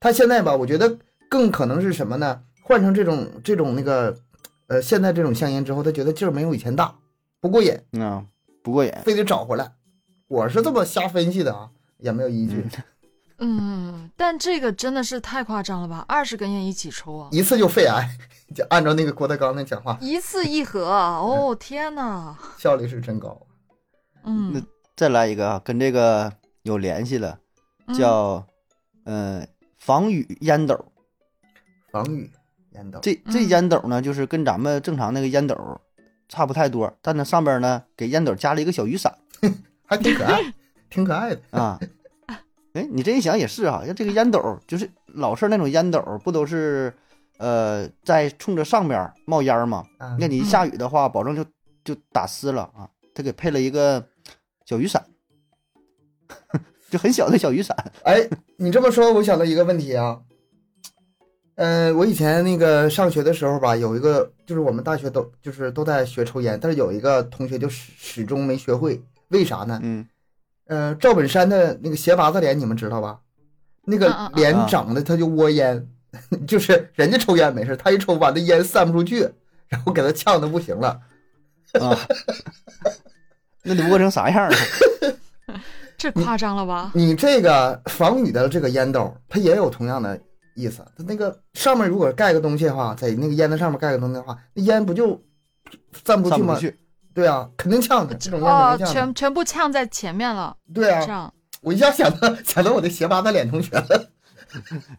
他现在吧，我觉得更可能是什么呢？换成这种这种那个，呃，现在这种香烟之后，他觉得劲儿没有以前大，不过瘾，
嗯啊，不过瘾。
非得找回来。我是这么瞎分析的啊，也没有依
嗯
据，
嗯，但这个真的是太夸张了吧？二十根烟一起抽啊，
(laughs) 一次就肺癌。就按照那个郭德纲那讲话，
一次一盒啊，哦天哪，
效率是真高。
嗯，
(laughs) 再来一个啊，跟这个有联系了，
嗯
叫嗯、呃防雨烟斗。
防雨烟斗，
这这
嗯
烟斗呢，就是跟咱们正常那个烟斗差不太多，但它上边呢给烟斗加了一个小雨伞
还挺可爱，挺可爱的。
(laughs) 啊。哎，你这一想也是哈、啊，这个烟斗就是老式那种烟斗，不都是呃在冲着上边冒烟吗？
啊
那你一下雨的话，保证就就打湿了啊。它给配了一个小雨伞， (laughs) 就很小的小雨伞。
哎，你这么说，我想到一个问题啊。嗯，我以前那个上学的时候吧，有一个就是我们大学都就是都在学抽烟，但是有一个同学就始始终没学会，为啥呢？
嗯，
呃，赵本山的那个斜八字脸，你们知道吧？
嗯
那
嗯
个
嗯
脸
啊
长得他就窝烟， (laughs) 就是人家抽烟没事，他一抽把那烟散不出去，然后给他呛的不行了。
啊，那得窝成啥样啊？
这夸张了吧？
你这个防雨的这个烟斗，它也有同样的意思。它那个上面如果盖个东西的话，在那个烟的上面盖个东西的话，那烟不就散不
上
去
不
吗？
去，
对啊，肯定呛的，这种烟
哦，
肯定呛的。
全全部呛在前面了，
对
这
啊，
样。
我一下想到想到我的学霸的脸同学了。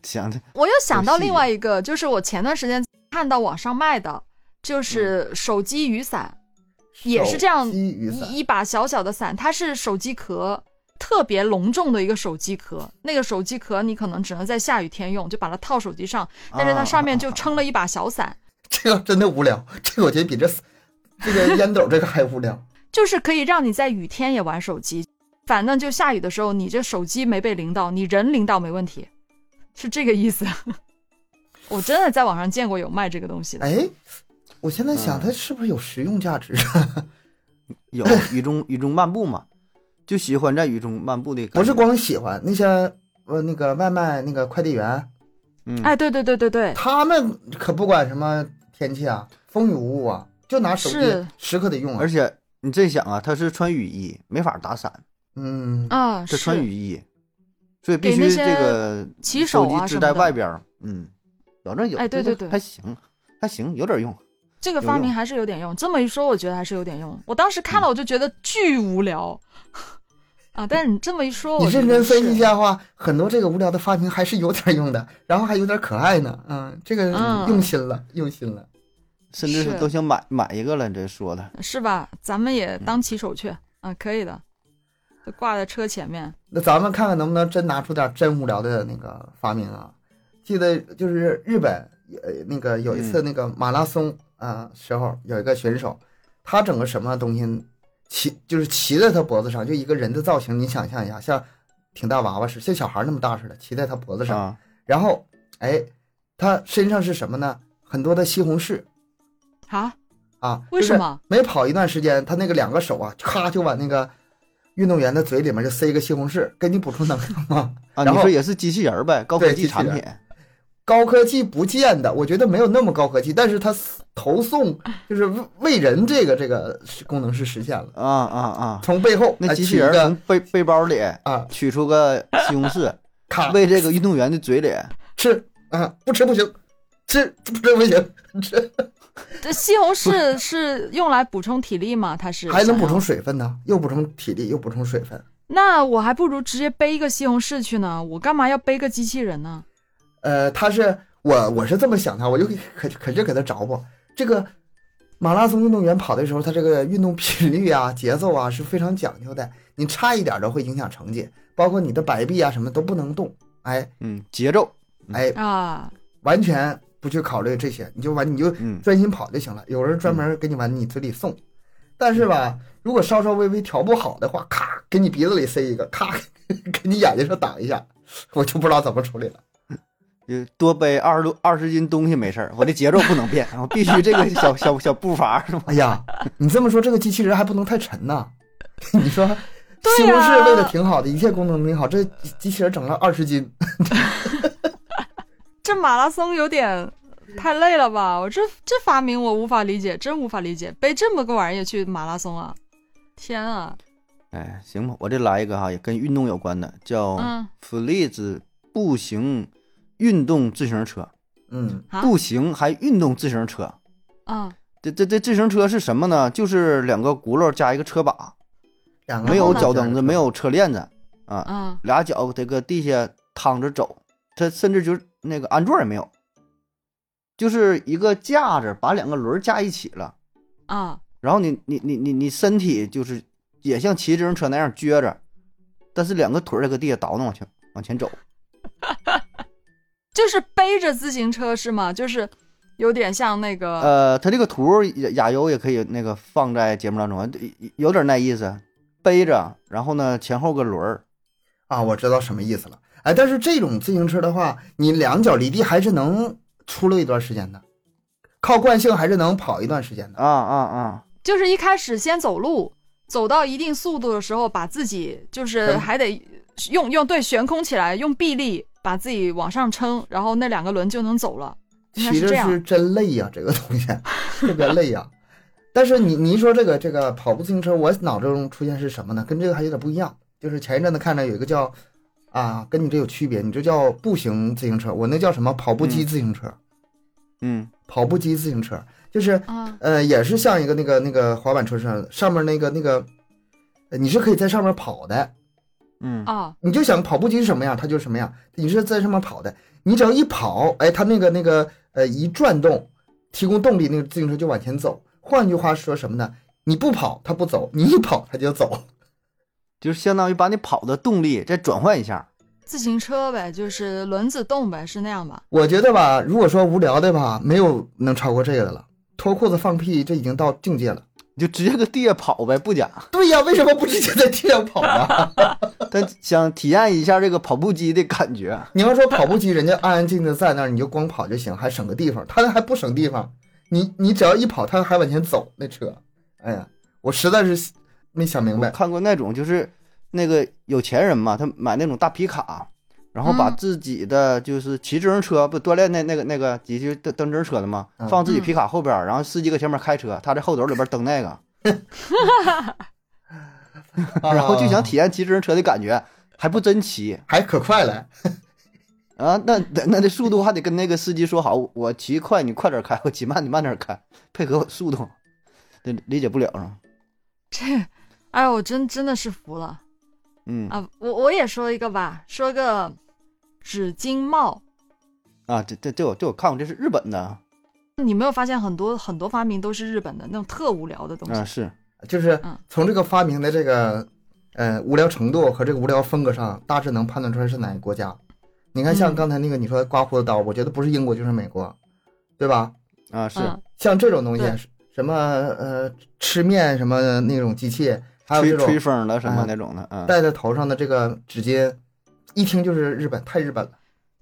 想的
我又想到
嗯有细
另外一个，就是我前段时间看到网上卖的，就是手机雨伞， (laughs) 也是这样
手机雨伞
一一把小小的伞，它是手机壳，特别隆重的一个手机壳。那个手机壳你可能只能在下雨天用，就把它套手机上，但是它上面就撑了一把小伞，
这个真的无聊，这个我觉得比这这个烟斗这个还无聊。
就是可以让你在雨天也玩手机。反正就下雨的时候，你这手机没被淋到，你人淋到没问题，是这个意思。 (laughs) 我真的在网上见过有卖这个东西的。
哎，我现在想
嗯
它是不是有实用价值？啊
有雨中雨中漫步嘛，就喜欢在雨中漫步的感觉。
(laughs) 不是光喜欢那些呃那个外卖那个快递员，
嗯，
哎，对对对对对，
他们可不管什么天气啊，风雨无误啊，就拿手
是
机时刻得用啊
而。且你这想啊，他是穿雨衣，没法打伞，
嗯，
啊，
他
是
穿雨衣，所以必
给那
须
些
这个
骑
手
手
机
啊
支
什
在
么的
外边儿。嗯，有那有，
哎对
这
对
个
对
还行，还行，有点用。
这个
有
发
用
明还是有点用。这么一说，我觉得还是有点用。我当时看了，我就觉得巨无聊、啊！但是你这么一说，
你
我觉
认
得
真分析一
是
下的话，很多这个无聊的发明还是有点用的，然后还有点可爱呢。嗯，这个
嗯
用心了，用心了。
甚至是
是
都想买买一个了。你这说的，
是吧？咱们也当骑手去、啊，可以的，就挂在车前面。
那咱们看看能不能真拿出点真无聊的那个发明啊！记得就是日本呃那个有一次那个马拉松啊、时候，有一个选手，他整个什么东西骑就是骑在他脖子上，就一个人的造型，你想象一下，像挺大娃娃似的，像小孩那么大似的，骑在他脖子上。
啊，
然后哎，他身上是什么呢？很多的西红柿
啊？
啊，
为
就是
什么？
每跑一段时间，他那个两个手啊，咔就往那个运动员的嘴里面就塞一个西红柿，给你补充能量嘛。
啊，
然
你
后
说也是机器人儿呗，高科
对
技
机器
产
人
品。
高科技不见得，我觉得没有那么高科技，但是它投送
哎
就是为为人这个这个是功能是实现了，
啊啊啊！
从背后
那
哎
机器
取一
人
个
从背背包里
啊
取出个西红
(laughs)
柿，
卡
喂这个运动员的嘴里，
吃啊不吃不行，吃不吃不行，吃
这西红柿是用来补充体力吗？它是
(laughs) 还能
想
补充
要？
水分呢，又补充体力又补充水分。
那我还不如直接背一个西红柿去呢。我干嘛要背个机器人呢？
呃，他是我我是这么想他，我就可可就给他找补这个。马拉松运动员跑的时候，他这个运动频率啊、节奏啊是非常讲究的，你差一点都会影响成绩，包括你的摆臂啊什么都不能动。哎
嗯，节奏，
哎，
啊，
完全不去考虑这些，你就完你就
嗯，
专心跑就行了。有人专门给你往你嘴里送，但是吧，如果稍稍微微调不好的话，咔给你鼻子里塞一个，咔给你眼睛上挡一下，我就不知道怎么处理了。
就多背二十多二十斤东西没事儿，我的节奏不能变，我必须这个小小小步伐是吧？
哎呀，你这么说，这个机器人还不能太沉呐、 (laughs) 你说。
对
西红
呀
柿喂的挺好的，一切功能挺好。这机器人整了二十斤，
这马拉松有点太累了吧？我这这发明我无法理解，真无法理解，背这么个玩意儿去马拉松啊！天啊，
哎，行吧，我这来一个哈，也跟运动有关的，叫
嗯
Fleet 步行运动自行车，
嗯，
啊
步行还运动自行车。
啊，
这这这自行车是什么呢？就是两个轱辘加一个车把，
两个
没有
后脑
脚
勺
蹬子，没有车链子啊，
嗯
俩脚这个地下趟着走，它甚至就是那个安座也没有，就是一个架子把两个轮儿架一起了，
啊，
然后你你你你你身体就是也像骑自行车那样撅着，但是两个腿儿在搁地下倒腾往前往前走，
就是背着自行车是吗？就是有点像那个、
呃，它这个图儿也亚优也可以那个放在节目当中，有点那意思，背着，然后呢前后个轮儿，
啊，我知道什么意思了。哎，但是这种自行车的话，你两脚离地还是能出溜一段时间的，靠惯性还是能跑一段时间的。
啊啊啊，
就是一开始先走路，走到一定速度的时候，把自己就是
嗯
还得用用对悬空起来，用臂力把自己往上撑，然后那两个轮就能走了。应该
骑
是
着
这样
是真累呀、这个东西特别累呀、但是你你一说这个这个跑步自行车，我脑中出现是什么呢？跟这个还有点不一样，就是前一阵子看着有一个叫啊，跟你这有区别，你这叫步行自行车，我那叫什么跑步机自行车，
嗯
跑步机自行车就是
啊，
呃也是像一个那个那个滑板车上上面那个那个，呃你是可以在上面跑的，
嗯
哦，
你就想跑步机是什么样，它就是什么样。你是在上面跑的，你只要一跑，哎，它那个那个呃一转动，提供动力，那个自行车就往前走。换句话说什么呢？你不跑它不走，你一跑它就走。
就是相当于把你跑的动力再转换一下。
自行车呗，就是轮子动呗，是那样吧？
我觉得吧，如果说无聊的吧，没有能超过这个的了。脱裤子放屁，这已经到境界了。
你就直接搁地下跑呗，不假，
对呀，为什么不直接在地上跑呢？
但想体验一下这个跑步机的感觉。
你要说跑步机，人家安安静静地在那儿，你就光跑就行，还省个地方。他那还不省地方，你你只要一跑，他还往前走那车。哎呀，我实在是没想明
我
白。
看过那种就是那个有钱人嘛，他买那种大皮卡，然后把
嗯
自己的就是骑自行车不锻炼那那个那个几就蹬蹬自行车的嘛
嗯，
放自己皮卡后边儿，然后司机搁前面开车，他在后斗里边蹬那个，然后就想体验骑自行车的感觉，还不真骑
还可快了，
啊，那那那这速度还得跟那个司机说好，我骑快你快点开，我骑慢你慢点开，配合我速度，这理解不了啊，
这，哎呦，我真真的是服了
嗯
啊！我我也说一个吧，说个纸巾帽。
啊，这这这我这我看过，这是日本的
你没有发现很多很多发明都是日本的那种特无聊的东西？
啊，是
就是
嗯
从这个发明的这个呃无聊程度和这个无聊风格上，大致能判断出来是哪个国家。你看，像
嗯
刚才那个你说刮胡子刀，我觉得不是英国就是美国，对吧？
啊是。
嗯，
像这种东西
对，
什么呃吃面什么的那种机器，还有
吹
这种
吹风的什么
啊
那种的，嗯，
戴在头上的这个纸巾，一听就是日本，太日本了。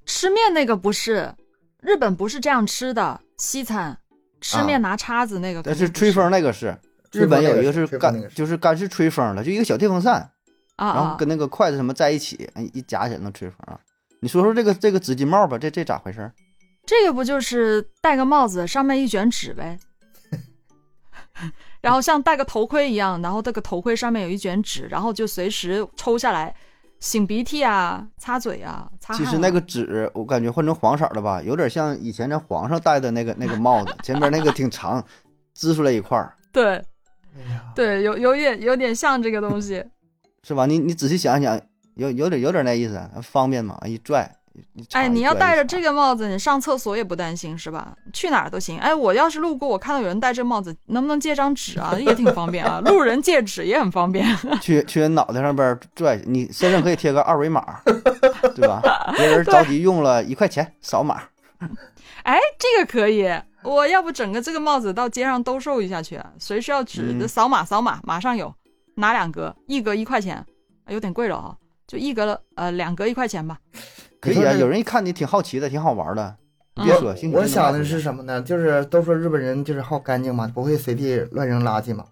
吃面那个不是，日本不是这样吃的，西餐吃面拿叉子那个肯
啊但
定
是
不是。
吹风那个是日本有一个是
吹风那
干，
个是
就是干是吹风的，就一个小电风扇，
啊
然后
啊
跟那个筷子什么在一起，哎一夹起来能吹风啊。你说说这个这个纸巾帽吧，这这咋回事？
这个不就是戴个帽子，上面一卷纸
(laughs)
呗，然后像戴个头盔一样，然后这个头盔上面有一卷纸，然后就随时抽下来，擤鼻涕啊，擦嘴啊，擦汗、
其
啊。
实那个纸我感觉换成黄色的吧，有点像以前咱皇上戴的那个那个帽子，前边那个挺长，支出来一块儿，
对
哎呀，
对，有有点有点像这个东西。
是吧？你你仔细想一想，有有点有点那意思，方便嘛？一拽，一插
哎，你要戴着这
一拽
个帽子，你上厕所也不担心是吧？去哪儿都行。哎，我要是路过，我看到有人戴这帽子，能不能借张纸啊？也挺方便
(laughs)
啊，路人借纸也很方便。 (laughs)
一 (laughs) 去去人脑袋上边拽，你身上可以贴个二维码，对吧？别人着急用了一块钱扫码。
哎，这个可以，我要不整个这个帽子到街上兜售一下去，谁需要纸
嗯
的扫码扫码，马上有，拿两格，一格一块钱，啊有点贵了啊、就一格了，呃，两格一块钱吧。
可以
你说
啊，
这
有人一看你挺好奇的，挺好玩的，你别
嗯
说，兴许
我
真能
想
买
的
回
是
去
什么呢？就是都说日本人就是好干净嘛，不会随地乱扔垃圾嘛。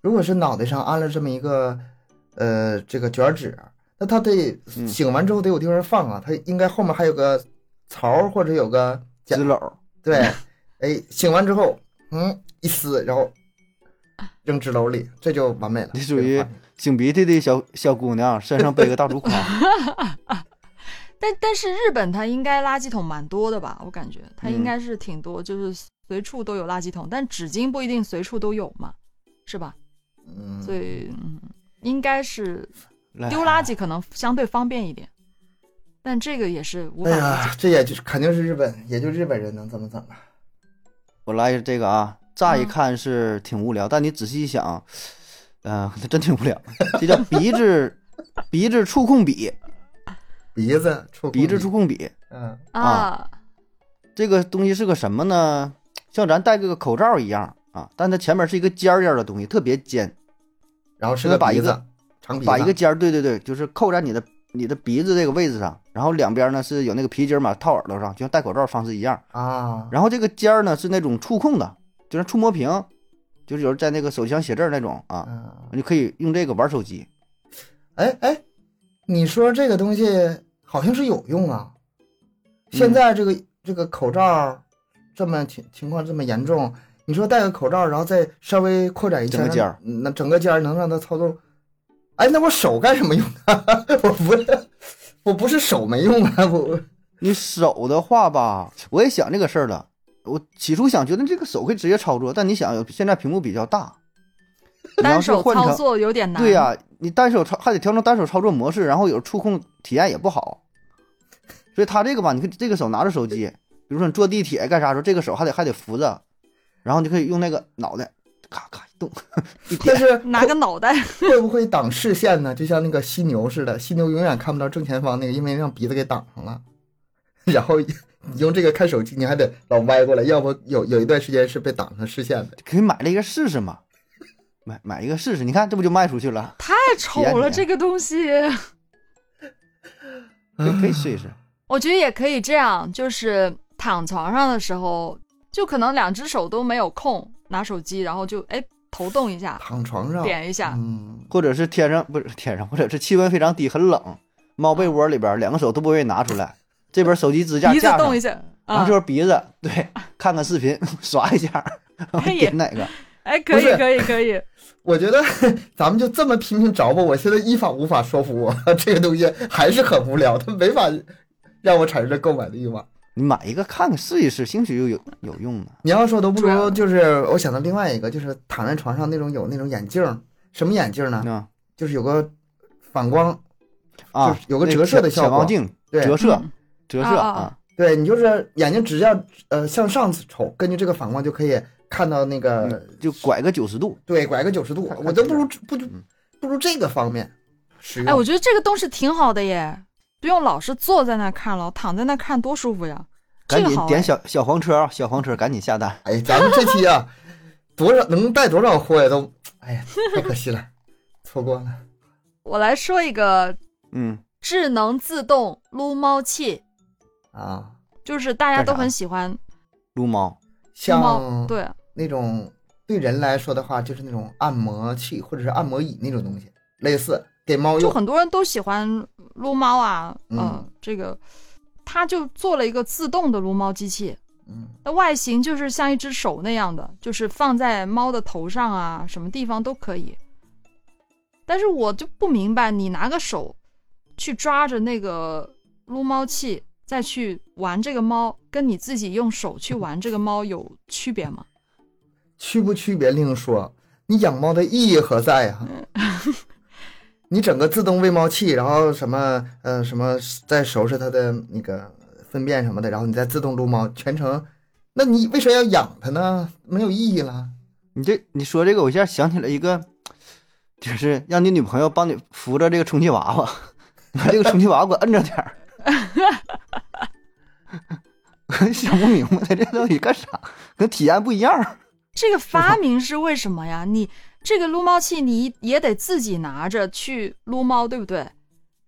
如果是脑袋上安了这么一个，呃，这个卷纸，那他得
嗯
醒完之后得有地方放啊，他应该后面还有个槽儿或者有个
纸篓，
对，哎，醒完之后，嗯，一撕，然后扔纸篓里，这就完美了。
你
这
属
个
于
画面
擤鼻涕的小小姑娘，身上背个大
(laughs)
竹筐，
但但是日本它应该垃圾桶蛮多的吧？我感觉它应
嗯
该是挺多，就是随处都有垃圾桶，但纸巾不一定随处都有嘛，是吧？
嗯，
所以、嗯、应该是
来
丢垃圾可能相对方便一点，但这个也是无法
哎
理解。
呀，这也就是肯定是日本，也就日本人能怎么怎么。
我来这个啊，乍一
嗯
看是挺无聊，但你仔细一想， (laughs) 嗯，它真挺无聊。这叫鼻子鼻子触控笔，
鼻子触
鼻子
触，
触控笔
嗯，
啊
这个东西是个什么呢？像咱戴个口罩一样啊，但它前面是一个尖儿尖儿的东西，特别尖，
然后是
那
个
把
鼻
一个
子长鼻子，
把一个尖儿，对对对，就是扣在你的你的鼻子这个位置上，然后两边呢是有那个皮筋儿嘛，套耳朵上，就像戴口罩方式一样。
啊，
然后这个尖儿呢是那种触控的，就是触摸屏，就是有人在那个手机上写字儿那种啊，
嗯，
你可以用这个玩手机。
哎哎，你说这个东西好像是有用啊。
嗯
现在这个、这个口罩这么情情况这么严重，你说戴个口罩，然后再稍微扩展一圈，
整个尖儿
嗯那整个尖儿能让它操纵。哎，那我手干什么用啊？ (laughs) 我不是，我不是手没用啊，我
你手的话吧，我也想这个事儿了。我起初想觉得这个手可以直接操作，但你想现在屏幕比较大，你要
单
是
手
换
操
成
作有点难。
对呀、你单手操还得调成单手操作模式，然后有触控体验也不好。所以他这个吧，你看这个手拿着手机，比如说你坐地铁干啥时候，这个手还得还得扶着，然后你就可以用那个脑袋咔咔一动一
但
点，
是
拿个脑袋，
会不会挡视线呢？就像那个犀牛似的，犀牛永远看不到正前方那个，因为让鼻子给挡上了。 (laughs) 然后你用这个看手机，你还得老歪过来，要不有有一段时间是被挡上视线的。
可以买了一个试试嘛，买买一个试试，你看这不就卖出去了？
太丑
体验
了
体验
这个东西。
可以可以试
啊
一试，
(laughs) 我觉得也可以这样，就是躺床上的时候，就可能两只手都没有空拿手机，然后就哎头动一下，
躺床上，
点一下，
哎嗯，
(laughs) 或者是天上不是天上，或者是气温非常低很冷，猫被窝里边两个手都不愿意拿出来，这边手机支架
鼻子
架上
动一，下
然后
啊
就，是鼻子对看看视频 (laughs) 刷一下，
以
点哪个。
哎，可以
不是
可以可以，
我觉得 (laughs) 咱们就这么频频着吧，我现在一法无法说服我， (laughs) 这个东西还是很无聊，它没法让我产生购买的欲望。
你买一个看看试一试，兴许又有有用呢。
你要说都不
主要
如，就是我想到另外一个，就是躺在床上那种有那种眼镜儿，什么眼镜儿呢？
啊
就是有个反光，
啊
就是，有个折射的效
那
果
个潜望镜
对，
折射
嗯
折射
啊啊
啊，
对你就是眼睛只要呃向上瞅，根据这个反光就可以看到那
啊
个，
嗯就拐个九十度。
对，拐个九十度
看，看
我都不如不
嗯
不如这个方面实用。
哎，我觉得这个东西挺好的耶，不用老是坐在那儿看了，躺在那儿看多舒服呀。这
赶
个
紧
好哎
点小小黄车啊，小黄车赶紧下单。
哎，咱们这期啊，多少能带多少货呀都，哎呀，太可惜了，错过了。
我来说一个
嗯，
智能自动撸猫器，
啊，
就是大家
干啥
都很喜欢
撸猫
撸猫，
像
对，
那种对人来说的话，就是那种按摩器或者是按摩椅那种东西，类似给猫
就
用。
很多人都喜欢撸猫啊，
嗯
呃，这个它就做了一个自动的撸猫机器，
嗯，
那外形就是像一只手那样的，就是放在猫的头上啊，什么地方都可以。但是我就不明白，你拿个手去抓着那个撸猫器，再去玩这个猫，跟你自己用手去玩这个猫有区别吗？
区不区别另说，你养猫的意义何在呀、嗯 (laughs) 你整个自动喂猫器，然后什么呃什么再收拾它的那个粪便什么的，然后你再自动撸猫，全程，那你为啥要养它呢？没有意义了。
你这你说这个，我一下想起了一个，就是让你女朋友帮你扶着这个充气
(laughs)
娃娃，把这个充气娃娃给我摁着点儿。我想不明白这到底干啥，跟体验不一样儿。
这个发明是为什么呀？你这个撸猫器你也得自己拿着去撸猫，对不对？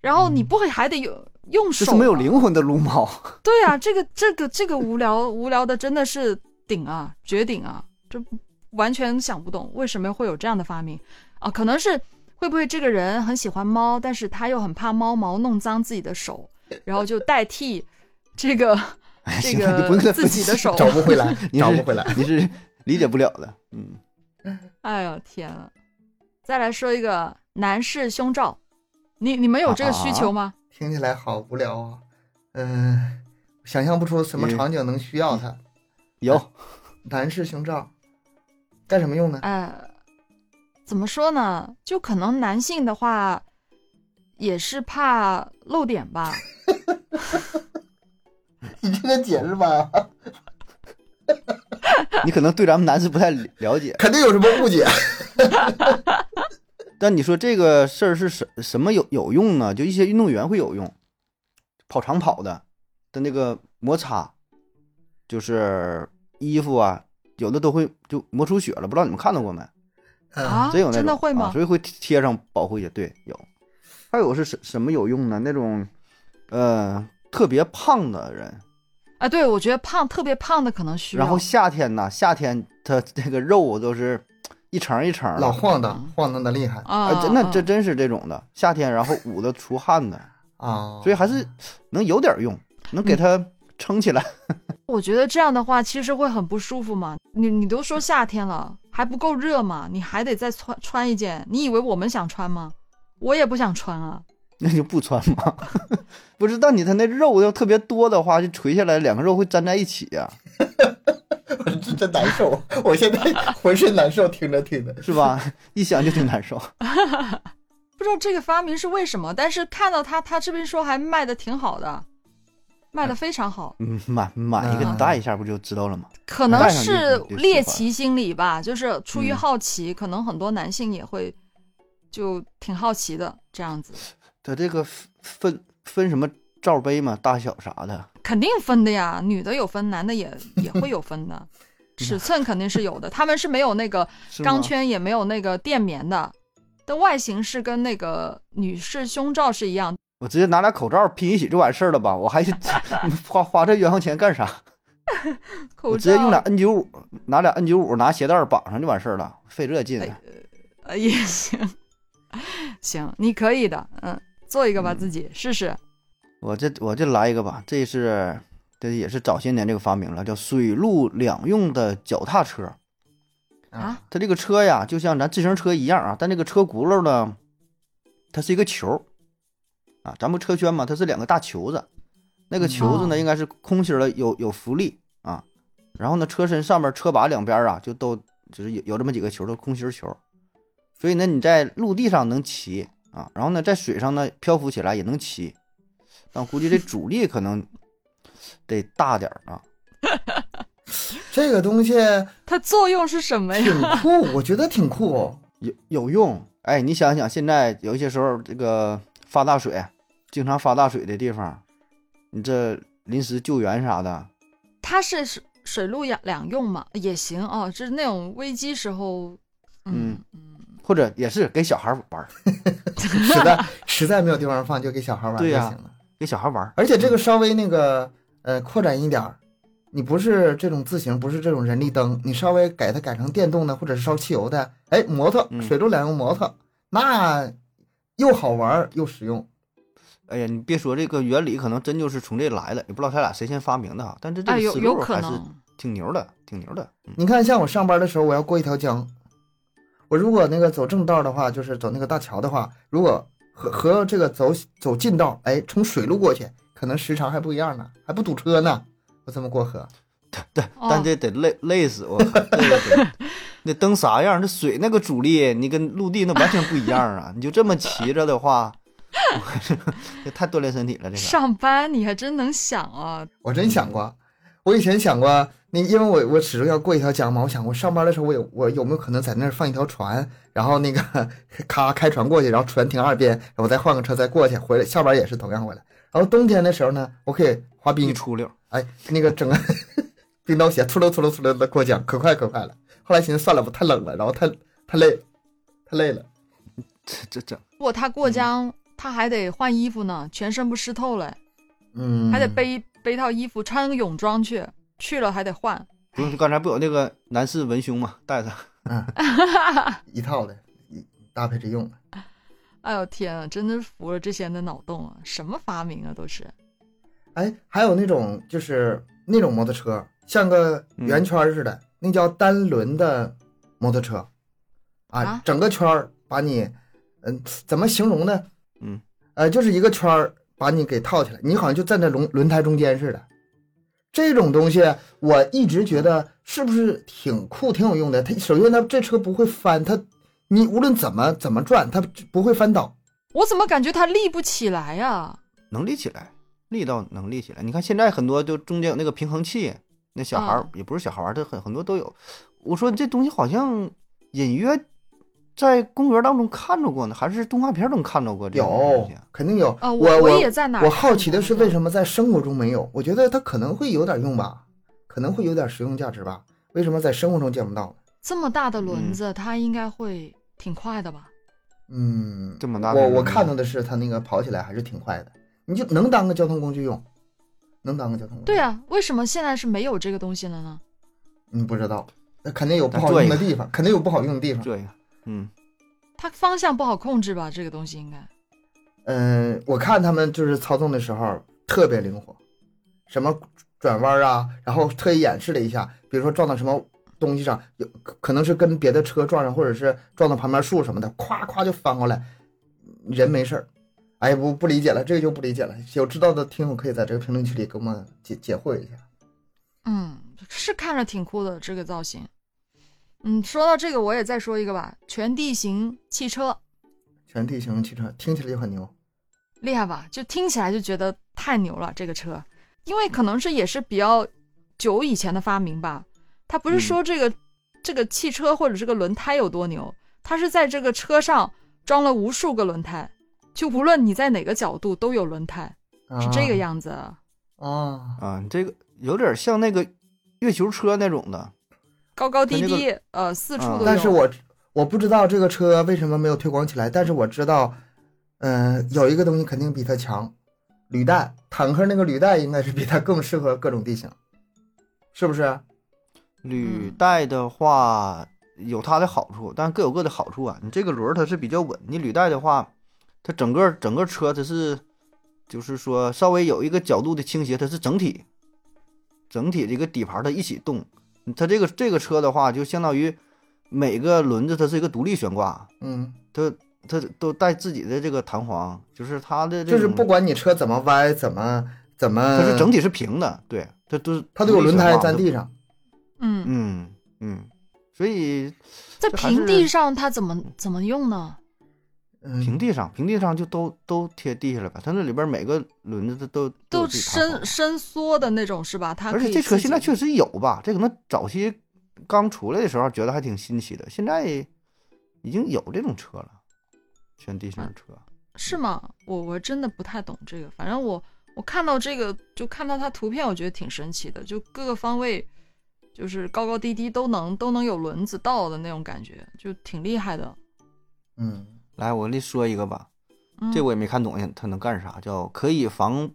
然后你不会还得有用
嗯
手
这是
吗？
没有灵魂的撸猫。
对啊，这个这个这个无聊无聊的真的是顶啊，绝顶啊！这完全想不懂为什么会有这样的发明啊？可能是会不会这个人很喜欢猫，但是他又很怕猫毛弄脏自己的手，然后就代替这个
哎，
这
行了，你不用
个
再
自
分
己
析
的手。
找不回 (laughs) 来，
你
找
是
不回来。
你是理解不了的。嗯，
哎呦天呐！再来说一个男士胸罩，你你们有这个需求吗？
听起来好无聊啊，嗯、想象不出什么
嗯
场景能需要它。
有
男士胸罩，干什么
啊
用呢？
呃，怎么说呢？就可能男性的话，也是怕露点
(laughs)
吧。
(laughs) 你这个解释吧，
你可能对咱们男士不太了解，
肯定有什么误解。
但你说这个事儿是什什么有有用呢？就一些运动员会有用，跑长跑的的那个摩擦，就是衣服啊，有的都会就磨出血了，不知道你们看到过没？
啊，
啊，
真有那种
真的会
啊
吗？
所以会贴上保护液，对，有。还有是什什么有用呢？那种，呃，特别胖的人，
啊，对，我觉得胖特别胖的可能需要。
然后夏天呢，夏天它这个肉都是一层一层的
老晃荡，晃荡的厉害
啊，
啊，真那
啊
这真是这种的，夏天然后捂的出汗的， (laughs)
啊！
嗯
所以还是能有点用，能给它撑起来。 (laughs)
我觉得这样的话其实会很不舒服嘛。你你都说夏天了，还不够热嘛？你还得再穿穿一件。你以为我们想穿吗？我也不想穿啊。
那就不穿嘛。 (laughs) 不是，但你他那肉要特别多的话，就垂下来，两个肉会粘在一起呀、
我这真难受，我现
(laughs)
在浑身难受，听着听着，
是吧？ (laughs) 一想就挺难受。
不知道这个发明是为什么，但是看到它，它这边说还卖的挺好的，卖的非常好，
嗯，买买一个你戴一下不就知道了吗？
可能
戴上就是你就喜欢
猎奇心理吧，就是出于
嗯
好奇，可能很多男性也会就挺好奇的这样子，
它这个分分什么罩杯嘛，大小啥的。
肯定分的呀，女的有分，男的
(laughs)
也也会有分的，尺寸肯定是有的，他们是没有那个
是吗
钢圈，也没有那个垫棉的，但外形是跟那个女士胸罩是一样，
我直接拿俩口罩拼一起就完事儿了吧？我还 (laughs) 花花这冤枉钱干啥？
口罩
我直接用俩 N 九五，拿俩 N 九五，拿鞋带绑上就完事儿了，费这劲。啊
哎呃， (laughs) 也行，行，你可以的，嗯，做一个吧，
嗯
自己试试。
我这我这来一个吧，这是这也是早些年这个发明了，叫水陆两用的脚踏车。
啊，
它这个车呀，就像咱自行车一样啊，但这个车轱辘呢，它是一个球儿啊，咱不车圈嘛，它是两个大球子，那个球子呢应该是空心儿的，有有浮力啊，然后呢车身上面车把两边儿啊就都就是有有这么几个球儿，都空心儿球儿，所以呢你在陆地上能骑啊，然后呢在水上呢漂浮起来也能骑，但我估计这阻力可能得大点儿啊，
这个东西
它作用是什么哎呀？
挺酷，我觉得
(laughs)
挺酷。
有有用。哎，你想想，现在有一些时候这个发大水，经常发大水的地方，你这临时救援啥的，
它是水水陆两两用嘛，也行哦，就是那种危机时候， (laughs) 嗯嗯，
或者也是给小孩玩儿，
实在实在没有地方放，就给小孩玩就
对
行
呀
了。
给小孩玩儿。
而且这个稍微那个呃扩展一点儿，你不是这种自行，不是这种人力灯，你稍微改它改成电动的或者是烧汽油的，哎，摩托
嗯
水陆两用摩托，那又好玩儿又实用。
哎呀，你别说这个原理，可能真就是从这来的，也不知道他俩谁先发明的哈。但是这
哎，
个
有
思
有
路
可
还是
能，
挺牛的，挺牛的。嗯，
你看，像我上班的时候，我要过一条江，我如果那个走正道的话，就是走那个大桥的话，如果和和这个走走近道，哎，从水路过去，可能时长还不一样呢，还不堵车呢，我这么过河。
对，
哦
但这得累累死我，这个得
(laughs)
那蹬啥样？这水那个阻力，你跟陆地那完全不一样啊！你就这么骑着的话， (laughs) 我 (laughs) 这这太锻炼身体了，这个。
上班你还真能想啊，
我真想过，我以前想过，那因为我我始终要过一条江嘛，我想过上班的时候，我有我有没有可能在那儿放一条船，然后那个咔开船过去，然后船停岸边，然后我再换个车再过去，回来下班也是同样回来。然后冬天的时候呢，我可以滑
一
冰，
出溜，
哎，那个 (laughs) 整个冰刀鞋，突溜突溜突溜的过江，可快可快了。后来寻思算了吧，太冷了，然后太太累了，太累了。
这这这
如果他
嗯
过江，他还得换衣服呢，全身不湿透了，
嗯，
还得背背套衣服，穿个泳装去，去了还得换。
不用，刚才不有那个男士文胸嘛，带着。
一套的，一搭配着用了。
哎呦天啊，真的服了这些人的脑洞啊！什么发明啊，都是。
哎，还有那种就是那种摩托车，像个
嗯
圆圈儿似的，那叫单轮的摩托车，啊，
啊
整个圈儿把你，嗯、怎么形容呢？
嗯，
呃，就是一个圈儿把你给套起来，你好像就站在轮轮胎中间似的。这种东西我一直觉得是不是挺酷、挺有用的？它首先它这车不会翻，它你无论怎么怎么转，它不会翻倒。
我怎么感觉它立不起来啊呀、
能立起来，力道能立起来。你看现在很多就中间有那个平衡器，那小孩儿、
嗯
也不是小孩儿，这很很多都有。我说这东西好像隐约在公园当中看着过呢，还是动画片中看着过这种东
有
西啊。，
肯定有。
啊，
我
我也在哪儿
我
看
好奇的
过
是，
那个
为什么在生活中没有？我觉得它可能会有点用吧，可能会有点实用价值吧。为什么在生活中见不到呢？
这么大的轮子，它应该会挺快的吧？
嗯，
这么大
我
个
我
东西
看到的是它那个跑起来还是挺快的，你就能当个交通工具用，能当个交通工具。
对，啊，为什么现在是没有这个东西了呢？
嗯，不知道，那肯定有不
那
好
做
用
一
的
个
地方，肯定有不好用的地方。
这样，嗯，
它方向不好控制吧？这个东西应该
嗯，我看他们就是操纵的时候特别灵活，什么转弯啊，然后特意演示了一下，比如说撞到什么东西上，有可可能是跟别的车撞上，或者是撞到旁边树什么的，咵咵就翻过来，人没事儿。哎，不不理解了，这个就不理解了。有知道的听友可以在这个评论区里给我们解解惑一下。
嗯，是看着挺酷的这个造型。嗯，说到这个，我也再说一个吧，全地形汽车
全地形汽车听起来就很牛，
厉害吧？就听起来就觉得太牛了，这个车，因为可能是也是比较久以前的发明吧。它
嗯
不是说这个、这个汽车或者这个轮胎有多牛，它是在这个车上装了无数个轮胎，就无论你在哪个角度都有轮胎，是这个样子。
啊。
啊，这个有点像那个月球车那种的，
高高低
它这
低，呃，四处
啊
都有。
但是我我不知道这个车为什么没有推广起来，但是我知道，嗯、有一个东西肯定比它强，履带，坦克那个履带应该是比它更适合各种地形，是啊不是？
履带的话有它的好处，但各有各的好处啊。你这个轮儿它是比较稳，你履带的话，它整个整个车它是，就是说稍微有一个角度的倾斜，它是整体，整体这个底盘它一起动。它这个这个车的话，就相当于每个轮子它是一个独立悬挂，
嗯，
它它都带自己的这个弹簧，就是它的这
就
种
是不管你车怎么歪，怎么怎么，
它是整体是平的，对，它都是
它都有轮胎
独
粘
立悬挂
地上，
嗯，
嗯嗯，所以
在
这还
平地
是
上它怎么怎么用呢？
嗯，
平地上，平地上就都都贴地下了吧？它那里边每个轮子都都有
都
自己弹簧
伸伸缩的那种是吧？它
而
可
且
以
这车
自
现在
己
确实有吧？这可能早期刚出来的时候觉得还挺新奇的，现在已经有这种车了，全地形车。
是吗？我我真的不太懂这个，反正我我看到这个就看到它图片，我觉得挺神奇的，就各个方位就是高高低低都能都能有轮子到的那种感觉，就挺厉害的。
嗯，
来，我给说一个吧，
嗯、
这我也没看懂，它能干啥？叫可以防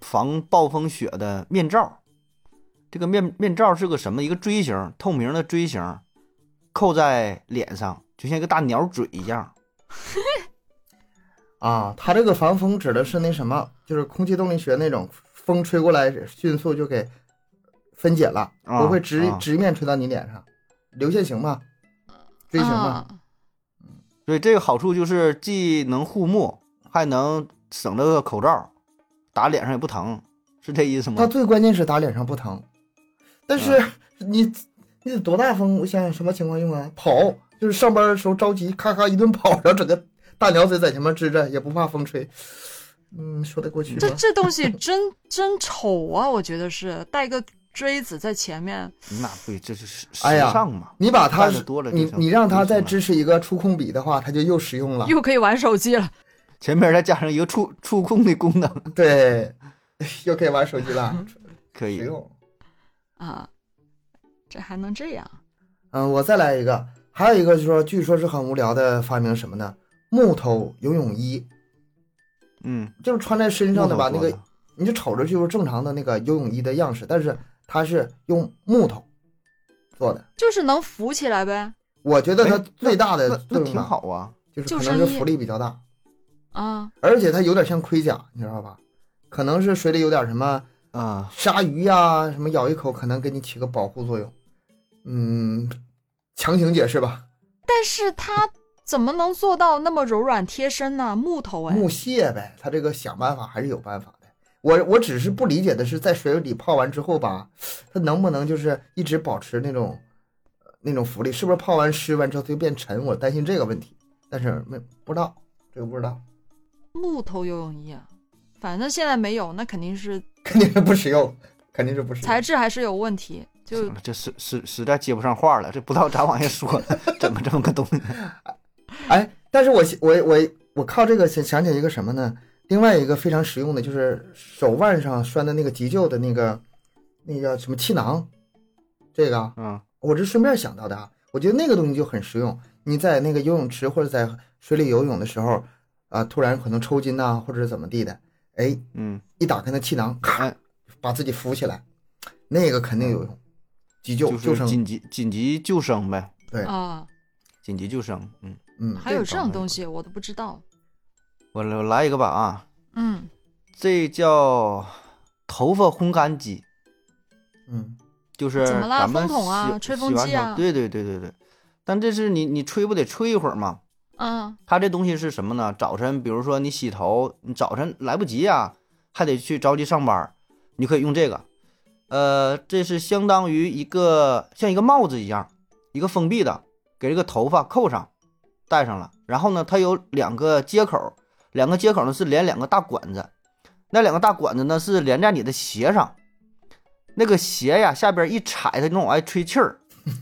防暴风雪的面罩。这个面面罩是个什么？一个锥形，透明的锥形，扣在脸上，就像一个大鸟嘴一样。
啊，它这个防风指的是那什么，就是空气动力学那种，风吹过来迅速就给分解了，
啊
不会直、
啊
直面吹到你脸上，流线型嘛，锥形嘛，
啊
所以这个好处就是既能护目，还能省了个口罩，打脸上也不疼，是这意思
它
吗？
最关键是打脸上不疼，但是
啊
你、你得多大风，我想想什么情况用啊？跑就是上班的时候着急，咔咔一顿跑，然后整个大鸟嘴在前面支着，也不怕风吹，嗯，说得过去吧
这？这东西真真丑啊！我觉得是带个锥子在前面，
那不，这是时
哎呀
尚嘛。
你把它
干得多了
你
就行
你让它
就行
再
了
支持一个触控笔的话，它就又实用
啊
了。
又可以玩手机了。
前面再加上一个触触控的功能，
(laughs) 对，又可以玩手机 (laughs) 了，
可
实
以。
用。
啊，这还能这样？
嗯，我再来一个，还有一个就是说，据说是很无聊的发明是什么呢？木头游泳衣，
嗯，
就是穿在身上的吧？
木
那
头做
个你就瞅着就是正常的那个游泳衣的样式，但是它是用木头做的。
就是能浮起来呗。
我觉得它
哎
最大的
那
作
那
用
挺
吧，
好啊。
就是
救
可
生
能是
衣
浮力比较大，
啊，
而且它有点像盔甲，你知道吧？可能是水里有点什么
啊，
鲨鱼呀、什么咬一口，可能给你起个保护作用。嗯，强行解释吧。
但是它怎么能做到那么柔软贴身呢？木头哎，
木屑呗，他这个想办法还是有办法的。我我只是不理解的是，在水里泡完之后吧，它能不能就是一直保持那种呃那种浮力？是不是泡完湿完之后它就变沉？我担心这个问题，但是没不知道，这个不知道，
木头游泳衣啊，反正现在没有，那肯定是
肯定是不实用，肯定是不实
材
用。
质还是有问题。就
行了这实实实在接不上话了，这不知道咋往下说了， (laughs) 怎么这么个东西？
哎，但是我我我我靠这个想想起一个什么呢？另外一个非常实用的就是手腕上拴的那个急救的那个那个什么气囊，这个啊
嗯，
我这顺便想到的啊，我觉得那个东西就很实用。你在那个游泳池或者在水里游泳的时候，啊，突然可能抽筋呐、或者是怎么地的，哎，
嗯，
一打开那气囊，咔
哎，
把自己扶起来，那个肯定有用，急救、
就
救
是
生，
紧急紧急救生呗，
对
啊，
紧急救生。嗯，
嗯，
还有
个
这种东西我都不知道。
我我来一个吧啊，
嗯，
这叫头发烘干机，
嗯
就是
怎么啦
咱们
风筒啊
洗
吹风
洗完
机啊
手对对对对对。但这是你你吹不得吹一会儿嘛？
嗯
它这东西是什么呢？早晨，比如说你洗头，你早晨来不及呀、还得去着急上班儿，你可以用这个。呃，这是相当于一个像一个帽子一样，一个封闭的，给这个头发扣上，戴上了。然后呢，它有两个接口，两个接口呢是连两个大管子，那两个大管子呢是连在你的鞋上，那个鞋呀下边一踩，它能往外吹气儿，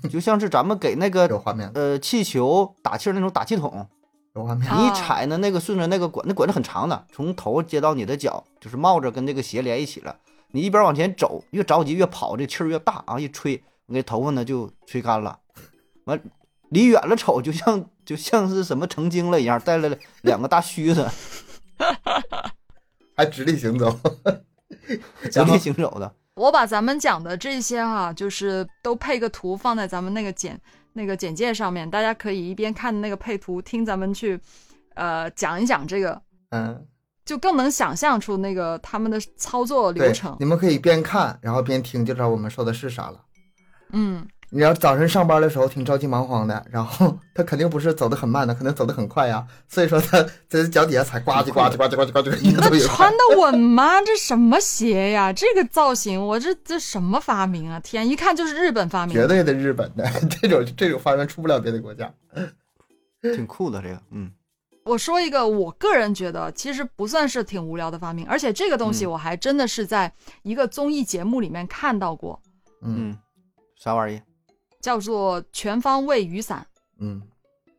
就像是咱们给那个
有画面，
呃气球打气儿那种打气筒。
有画面，
啊
你一踩呢，那个顺着那个管，那管子很长的，从头接到你的脚，就是帽子跟这个鞋连一起了。你一边往前走，越着急越跑，这气儿越大啊，一吹，你这头发呢就吹干了。完，离远了瞅，就像就像是什么成精了一样，带了两个大须
(laughs)
子，
还直立行走，
直
然后
立行走的。
我把咱们讲的这些哈、就是都配个图放在咱们那个简那个简介上面，大家可以一边看那个配图，听咱们去呃讲一讲这个，
嗯，
就更能想象出那个他们的操作流
对
程，。
你们可以边看然后边听，就知道我们说的是啥了。
嗯，
你要早晨上班的时候挺着急忙慌的，然后 (laughs) 他肯定不是走得很慢的，可能走得很快呀，所以说他在脚底下踩呱唧呱唧呱唧呱唧呱唧，
(laughs)
越走
那
越
(laughs) 穿
快。
的稳吗？这什么鞋呀？这个造型，我这这什么发明啊？天，一看就是日本发明
绝
的。
对的日本的 (laughs) 这种这种发明出不了别的国家。
挺酷的这个，嗯，
我说一个，我个人觉得其实不算是挺无聊的发明，而且这个东西
嗯
我还真的是在一个综艺节目里面看到过，
嗯
嗯，啥玩意儿？
叫做全方位雨伞，
嗯，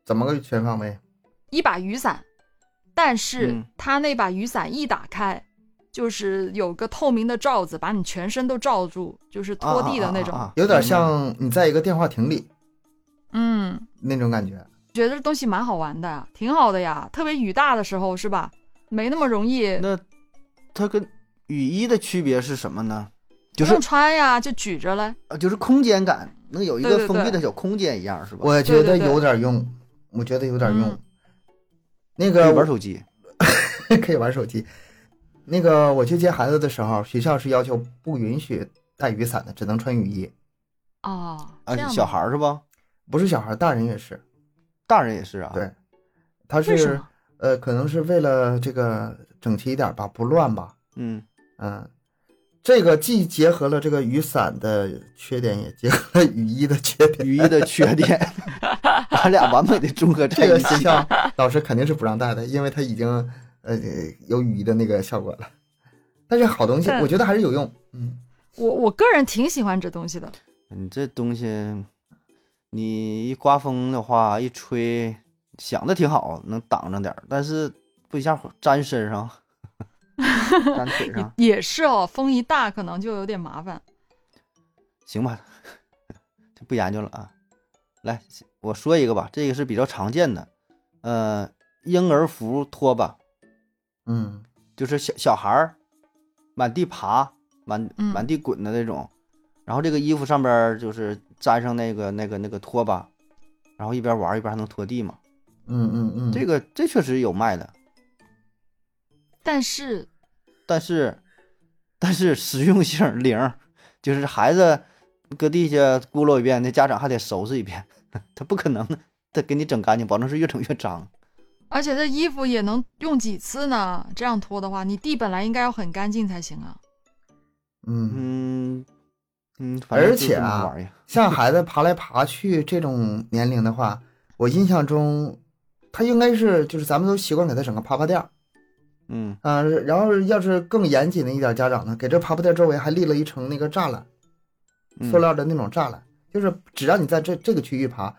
怎么个全方位？
一把雨伞，但是
嗯
它那把雨伞一打开，就是有个透明的罩子把你全身都罩住，就是拖地的那种。
啊啊啊啊
有点像你在一个电话亭里
嗯，
那种感觉。
觉得这东西蛮好玩的呀，挺好的呀，特别雨大的时候是吧？没那么容易，
那它跟雨衣的区别是什么呢？就
不
是
用穿呀，就举着嘞。
呃就是空间感，那有一
对
个
对
封闭
对
的小空间一样，是吧？
我觉得
对对对
有点用，我觉得有点用
嗯。
那
可
个
以玩手机，
(laughs) 可以玩手机。那个我去接孩子的时候，学校是要求不允许带雨伞的，只能穿雨衣。
哦，
啊
这，样
小
吧
孩儿是吧？
不是小孩，大人也是。
大人也是啊，
对，他
为什
是
么？
呃，可能是为了这个整齐一点吧，不乱吧。
嗯，
嗯，这个既结合了这个雨伞的缺点，也结合了雨衣的
(laughs)
缺点。
雨衣的缺
(laughs)
点，咱俩完美的综合在
这个
一
学
起。
校老师肯定是不让带的，因为他已经呃有雨衣的那个效果了。但是好东西，
但
我觉得还是有用。嗯，
我我个人挺喜欢这东西的，
你这东西，你一刮风的话，一吹，想的挺好，能挡着点儿，但是不一下粘
(laughs)
身上，粘腿上，
也是哦，风一大可能就有点麻烦。
行吧， (laughs) 就不研究了啊。来，我说一个吧，这个是比较常见的，呃，婴儿服拖把，
嗯，
就是小小孩儿满地爬、满
嗯
满地滚的那种，然后这个衣服上边儿就是粘上那个那个那个拖把，然后一边玩儿一边还能拖地嘛。
嗯嗯嗯，
这个这确实有卖的，
但是
但是但是实用性零儿，就是孩子搁地下咕噜一遍，那家长还得收拾一遍， (laughs) 他不可能再给你整干净，保证是越整越脏。
而且这衣服也能用几次呢？这样拖的话，你地本来应该要很干净才行啊。
嗯，
嗯嗯，反正
而
就
且
这么
啊
玩意儿
像孩子爬来爬去这种年龄的话，我印象中，他应该是就是咱们都习惯给他整个爬爬垫儿，
嗯
啊，然后要是更严谨的一点，家长呢，给这爬爬垫周围还立了一层那个栅栏，
嗯
塑料的那种栅栏，就是只让你在这这个区域爬，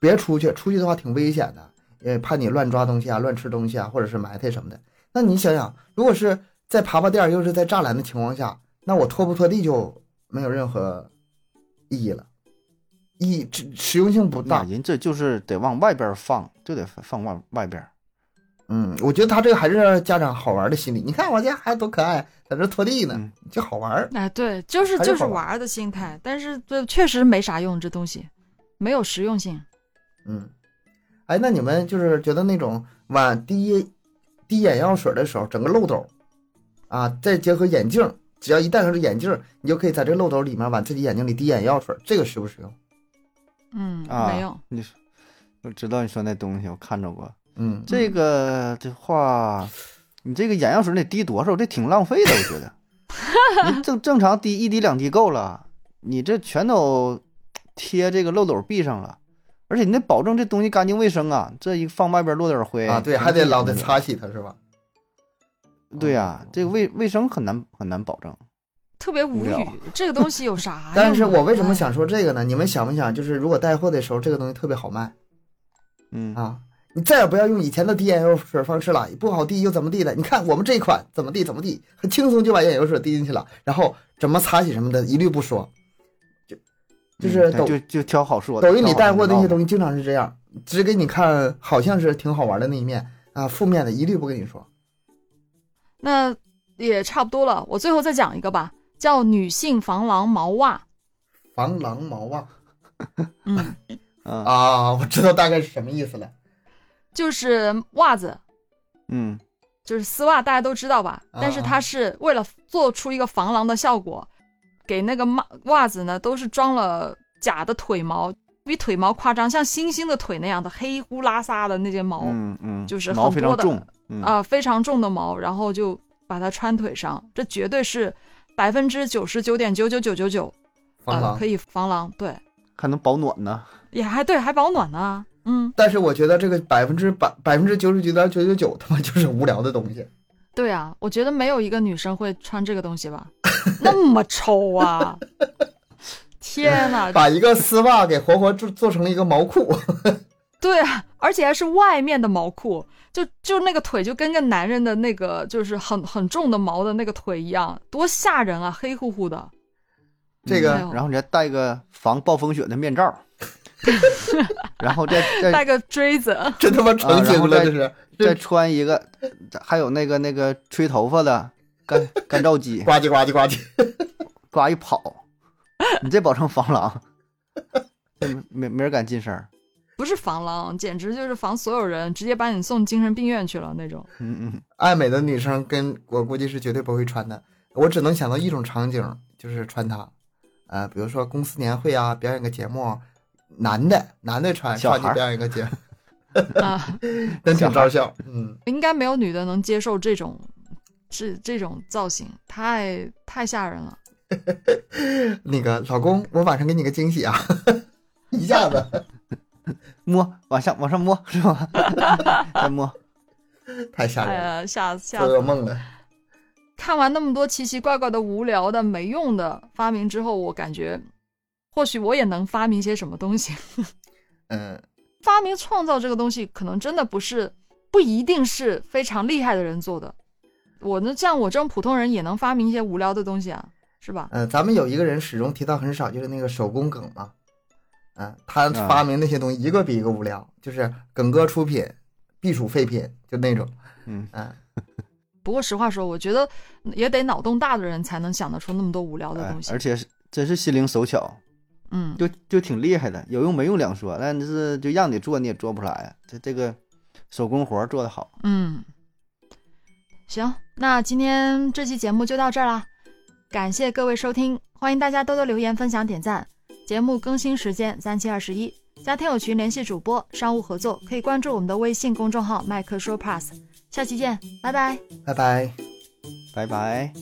别出去，出去的话挺危险的，也怕你乱抓东西啊、乱吃东西啊，或者是埋汰什么的。那你想想，如果是在爬爬垫儿又是在栅栏的情况下，那我拖不拖地就没有任何意义了，意义实实用性不
那
大。
人这就是得往外边儿放，就得放外外边儿。
嗯，我觉得他这个还是家长好玩的心理。你看我家孩子多可爱，在这拖地呢
嗯，
就好玩儿。
哎，对，就是
还是
就是
好玩
玩儿的心态，但是这确实没啥用，这东西没有实用性。
嗯，哎，那你们就是觉得那种往滴滴眼药水的时候，整个漏斗啊，再结合眼镜只要一戴上这眼镜儿，你就可以在这个漏斗里面往自己眼睛里滴眼药水儿，这个实不实用？
嗯，
啊
没有，
你说，我知道你说那东西，我看着过。
嗯，
这个的话，你这个眼药水得滴多少？这挺浪费的，我觉得。你正正常滴一滴两滴够了，你这全都贴这个漏斗壁上了，而且你得保证这东西干净卫生啊。这一放外边落点灰
啊，对，还得老得。擦嗯洗它是吧？
对呀、这个卫卫生很难很难保证。
特别无
无
语
聊。
这个东西有啥呀？
(laughs) 但是我为什么
哎？
想说这个呢？你们想没想，就是如果带货的时候，这个东西特别好卖
嗯，
啊！你再也不要用以前的滴眼药水方式了，不好滴又怎么地的？你看我们这款怎么地怎么地，很轻松就把眼药水滴进去了，然后怎么擦洗什么的，一律不说。就就是
嗯
抖
就就挑好说的。
抖音里
挑
带
好
货那
道
些
的
东西经常是这样，只给你看好像是挺好玩的那一面啊，负面的一律不跟你说。
那也差不多了，我最后再讲一个吧，叫女性防狼毛袜。
防狼毛袜
嗯，
嗯
啊，我知道大概是什么意思了。
(laughs) 就是袜子，
嗯
就是丝袜，大家都知道吧？
啊
但是它是为了做出一个防狼的效果，给那个袜袜子呢都是装了假的腿毛，比腿毛夸张，像猩猩的腿那样的黑呼啦撒的那些毛啊、
嗯嗯，
就是
毛
很
非
多
常
的啊
重。嗯，
非常重的毛，然后就把它穿腿上，这绝对是百分之九十九点九九九九九
防
啊，
狼
可，以防狼，对，
还能保暖呢。
也还对，还保暖呢，嗯，
但是我觉得这个百分之百百分之九十九点九九九他妈就是无聊的东西。
对啊，我觉得没有一个女生会穿这个东西 (laughs) 吧，那么丑啊！天哪，
把一个丝袜给活活做做成了一个毛裤，
对啊，而且还是外面的毛裤，就就那个腿就跟个男人的那个就是很很重的毛的那个腿一样，多吓人啊，黑乎乎的。
嗯
这个
没有
然后你再戴个防暴风雪的面 (laughs) 罩，然后再
带
再
个锥子， (laughs)
真他妈成
啊然
精
后
了，
再
这是
再穿一个，还有那个那个吹头发的 (laughs) 干干燥机，
呱唧呱唧呱唧。
呱一跑，你这保证防狼， (laughs) 这没没人敢近身儿。
不是防狼，简直就是防所有人，直接把你送精神病院去了那种。
嗯嗯，
爱美的女生跟我估计是绝对不会穿的，我只能想到一种场景，就是穿它，呃，比如说公司年会啊，表演个节目，男的男的穿
小孩
穿
儿
去表演个节目， (laughs)
啊，
真挺招笑。嗯，
应该没有女的能接受这种这这种造型，太太吓人了。
那个老公，我晚上给你个惊喜啊， (laughs) 一下子
摸往下往上摸是 (laughs) 吧？再摸，
太吓
哎
人了，
呀，吓吓
做
死
噩
了！
梦了。
看完那么多奇奇怪怪的、无聊的、没用的发明之后，我感觉或许我也能发明些什么东西。 (laughs)
嗯，
发明创造这个东西，可能真的不是不一定是非常厉害的人做的。我呢，像我这种普通人也能发明一些无聊的东西啊，是吧？
呃，咱们有一个人始终提到很少，就是那个手工梗嘛。嗯、他
啊
发明那些东西一个比一个无聊，就是梗哥出品，必属废品，就那种。
嗯
嗯、
不过实话说，我觉得也得脑洞大的人才能想得出那么多无聊的
哎
东西。
而且是真是心灵手巧，
嗯，
就就挺厉害的，有用没用两说，但是就让你做你也做不出来，这这个手工活儿做得好。
嗯，行，那今天这期节目就到这儿啦，感谢各位收听，欢迎大家多多留言、分享、点赞。节目更新时间三七二十一，加听友群联系主播，商务合作可以关注我们的微信公众号“麦克说 Plus”。下期见，拜拜。
拜拜。
拜拜。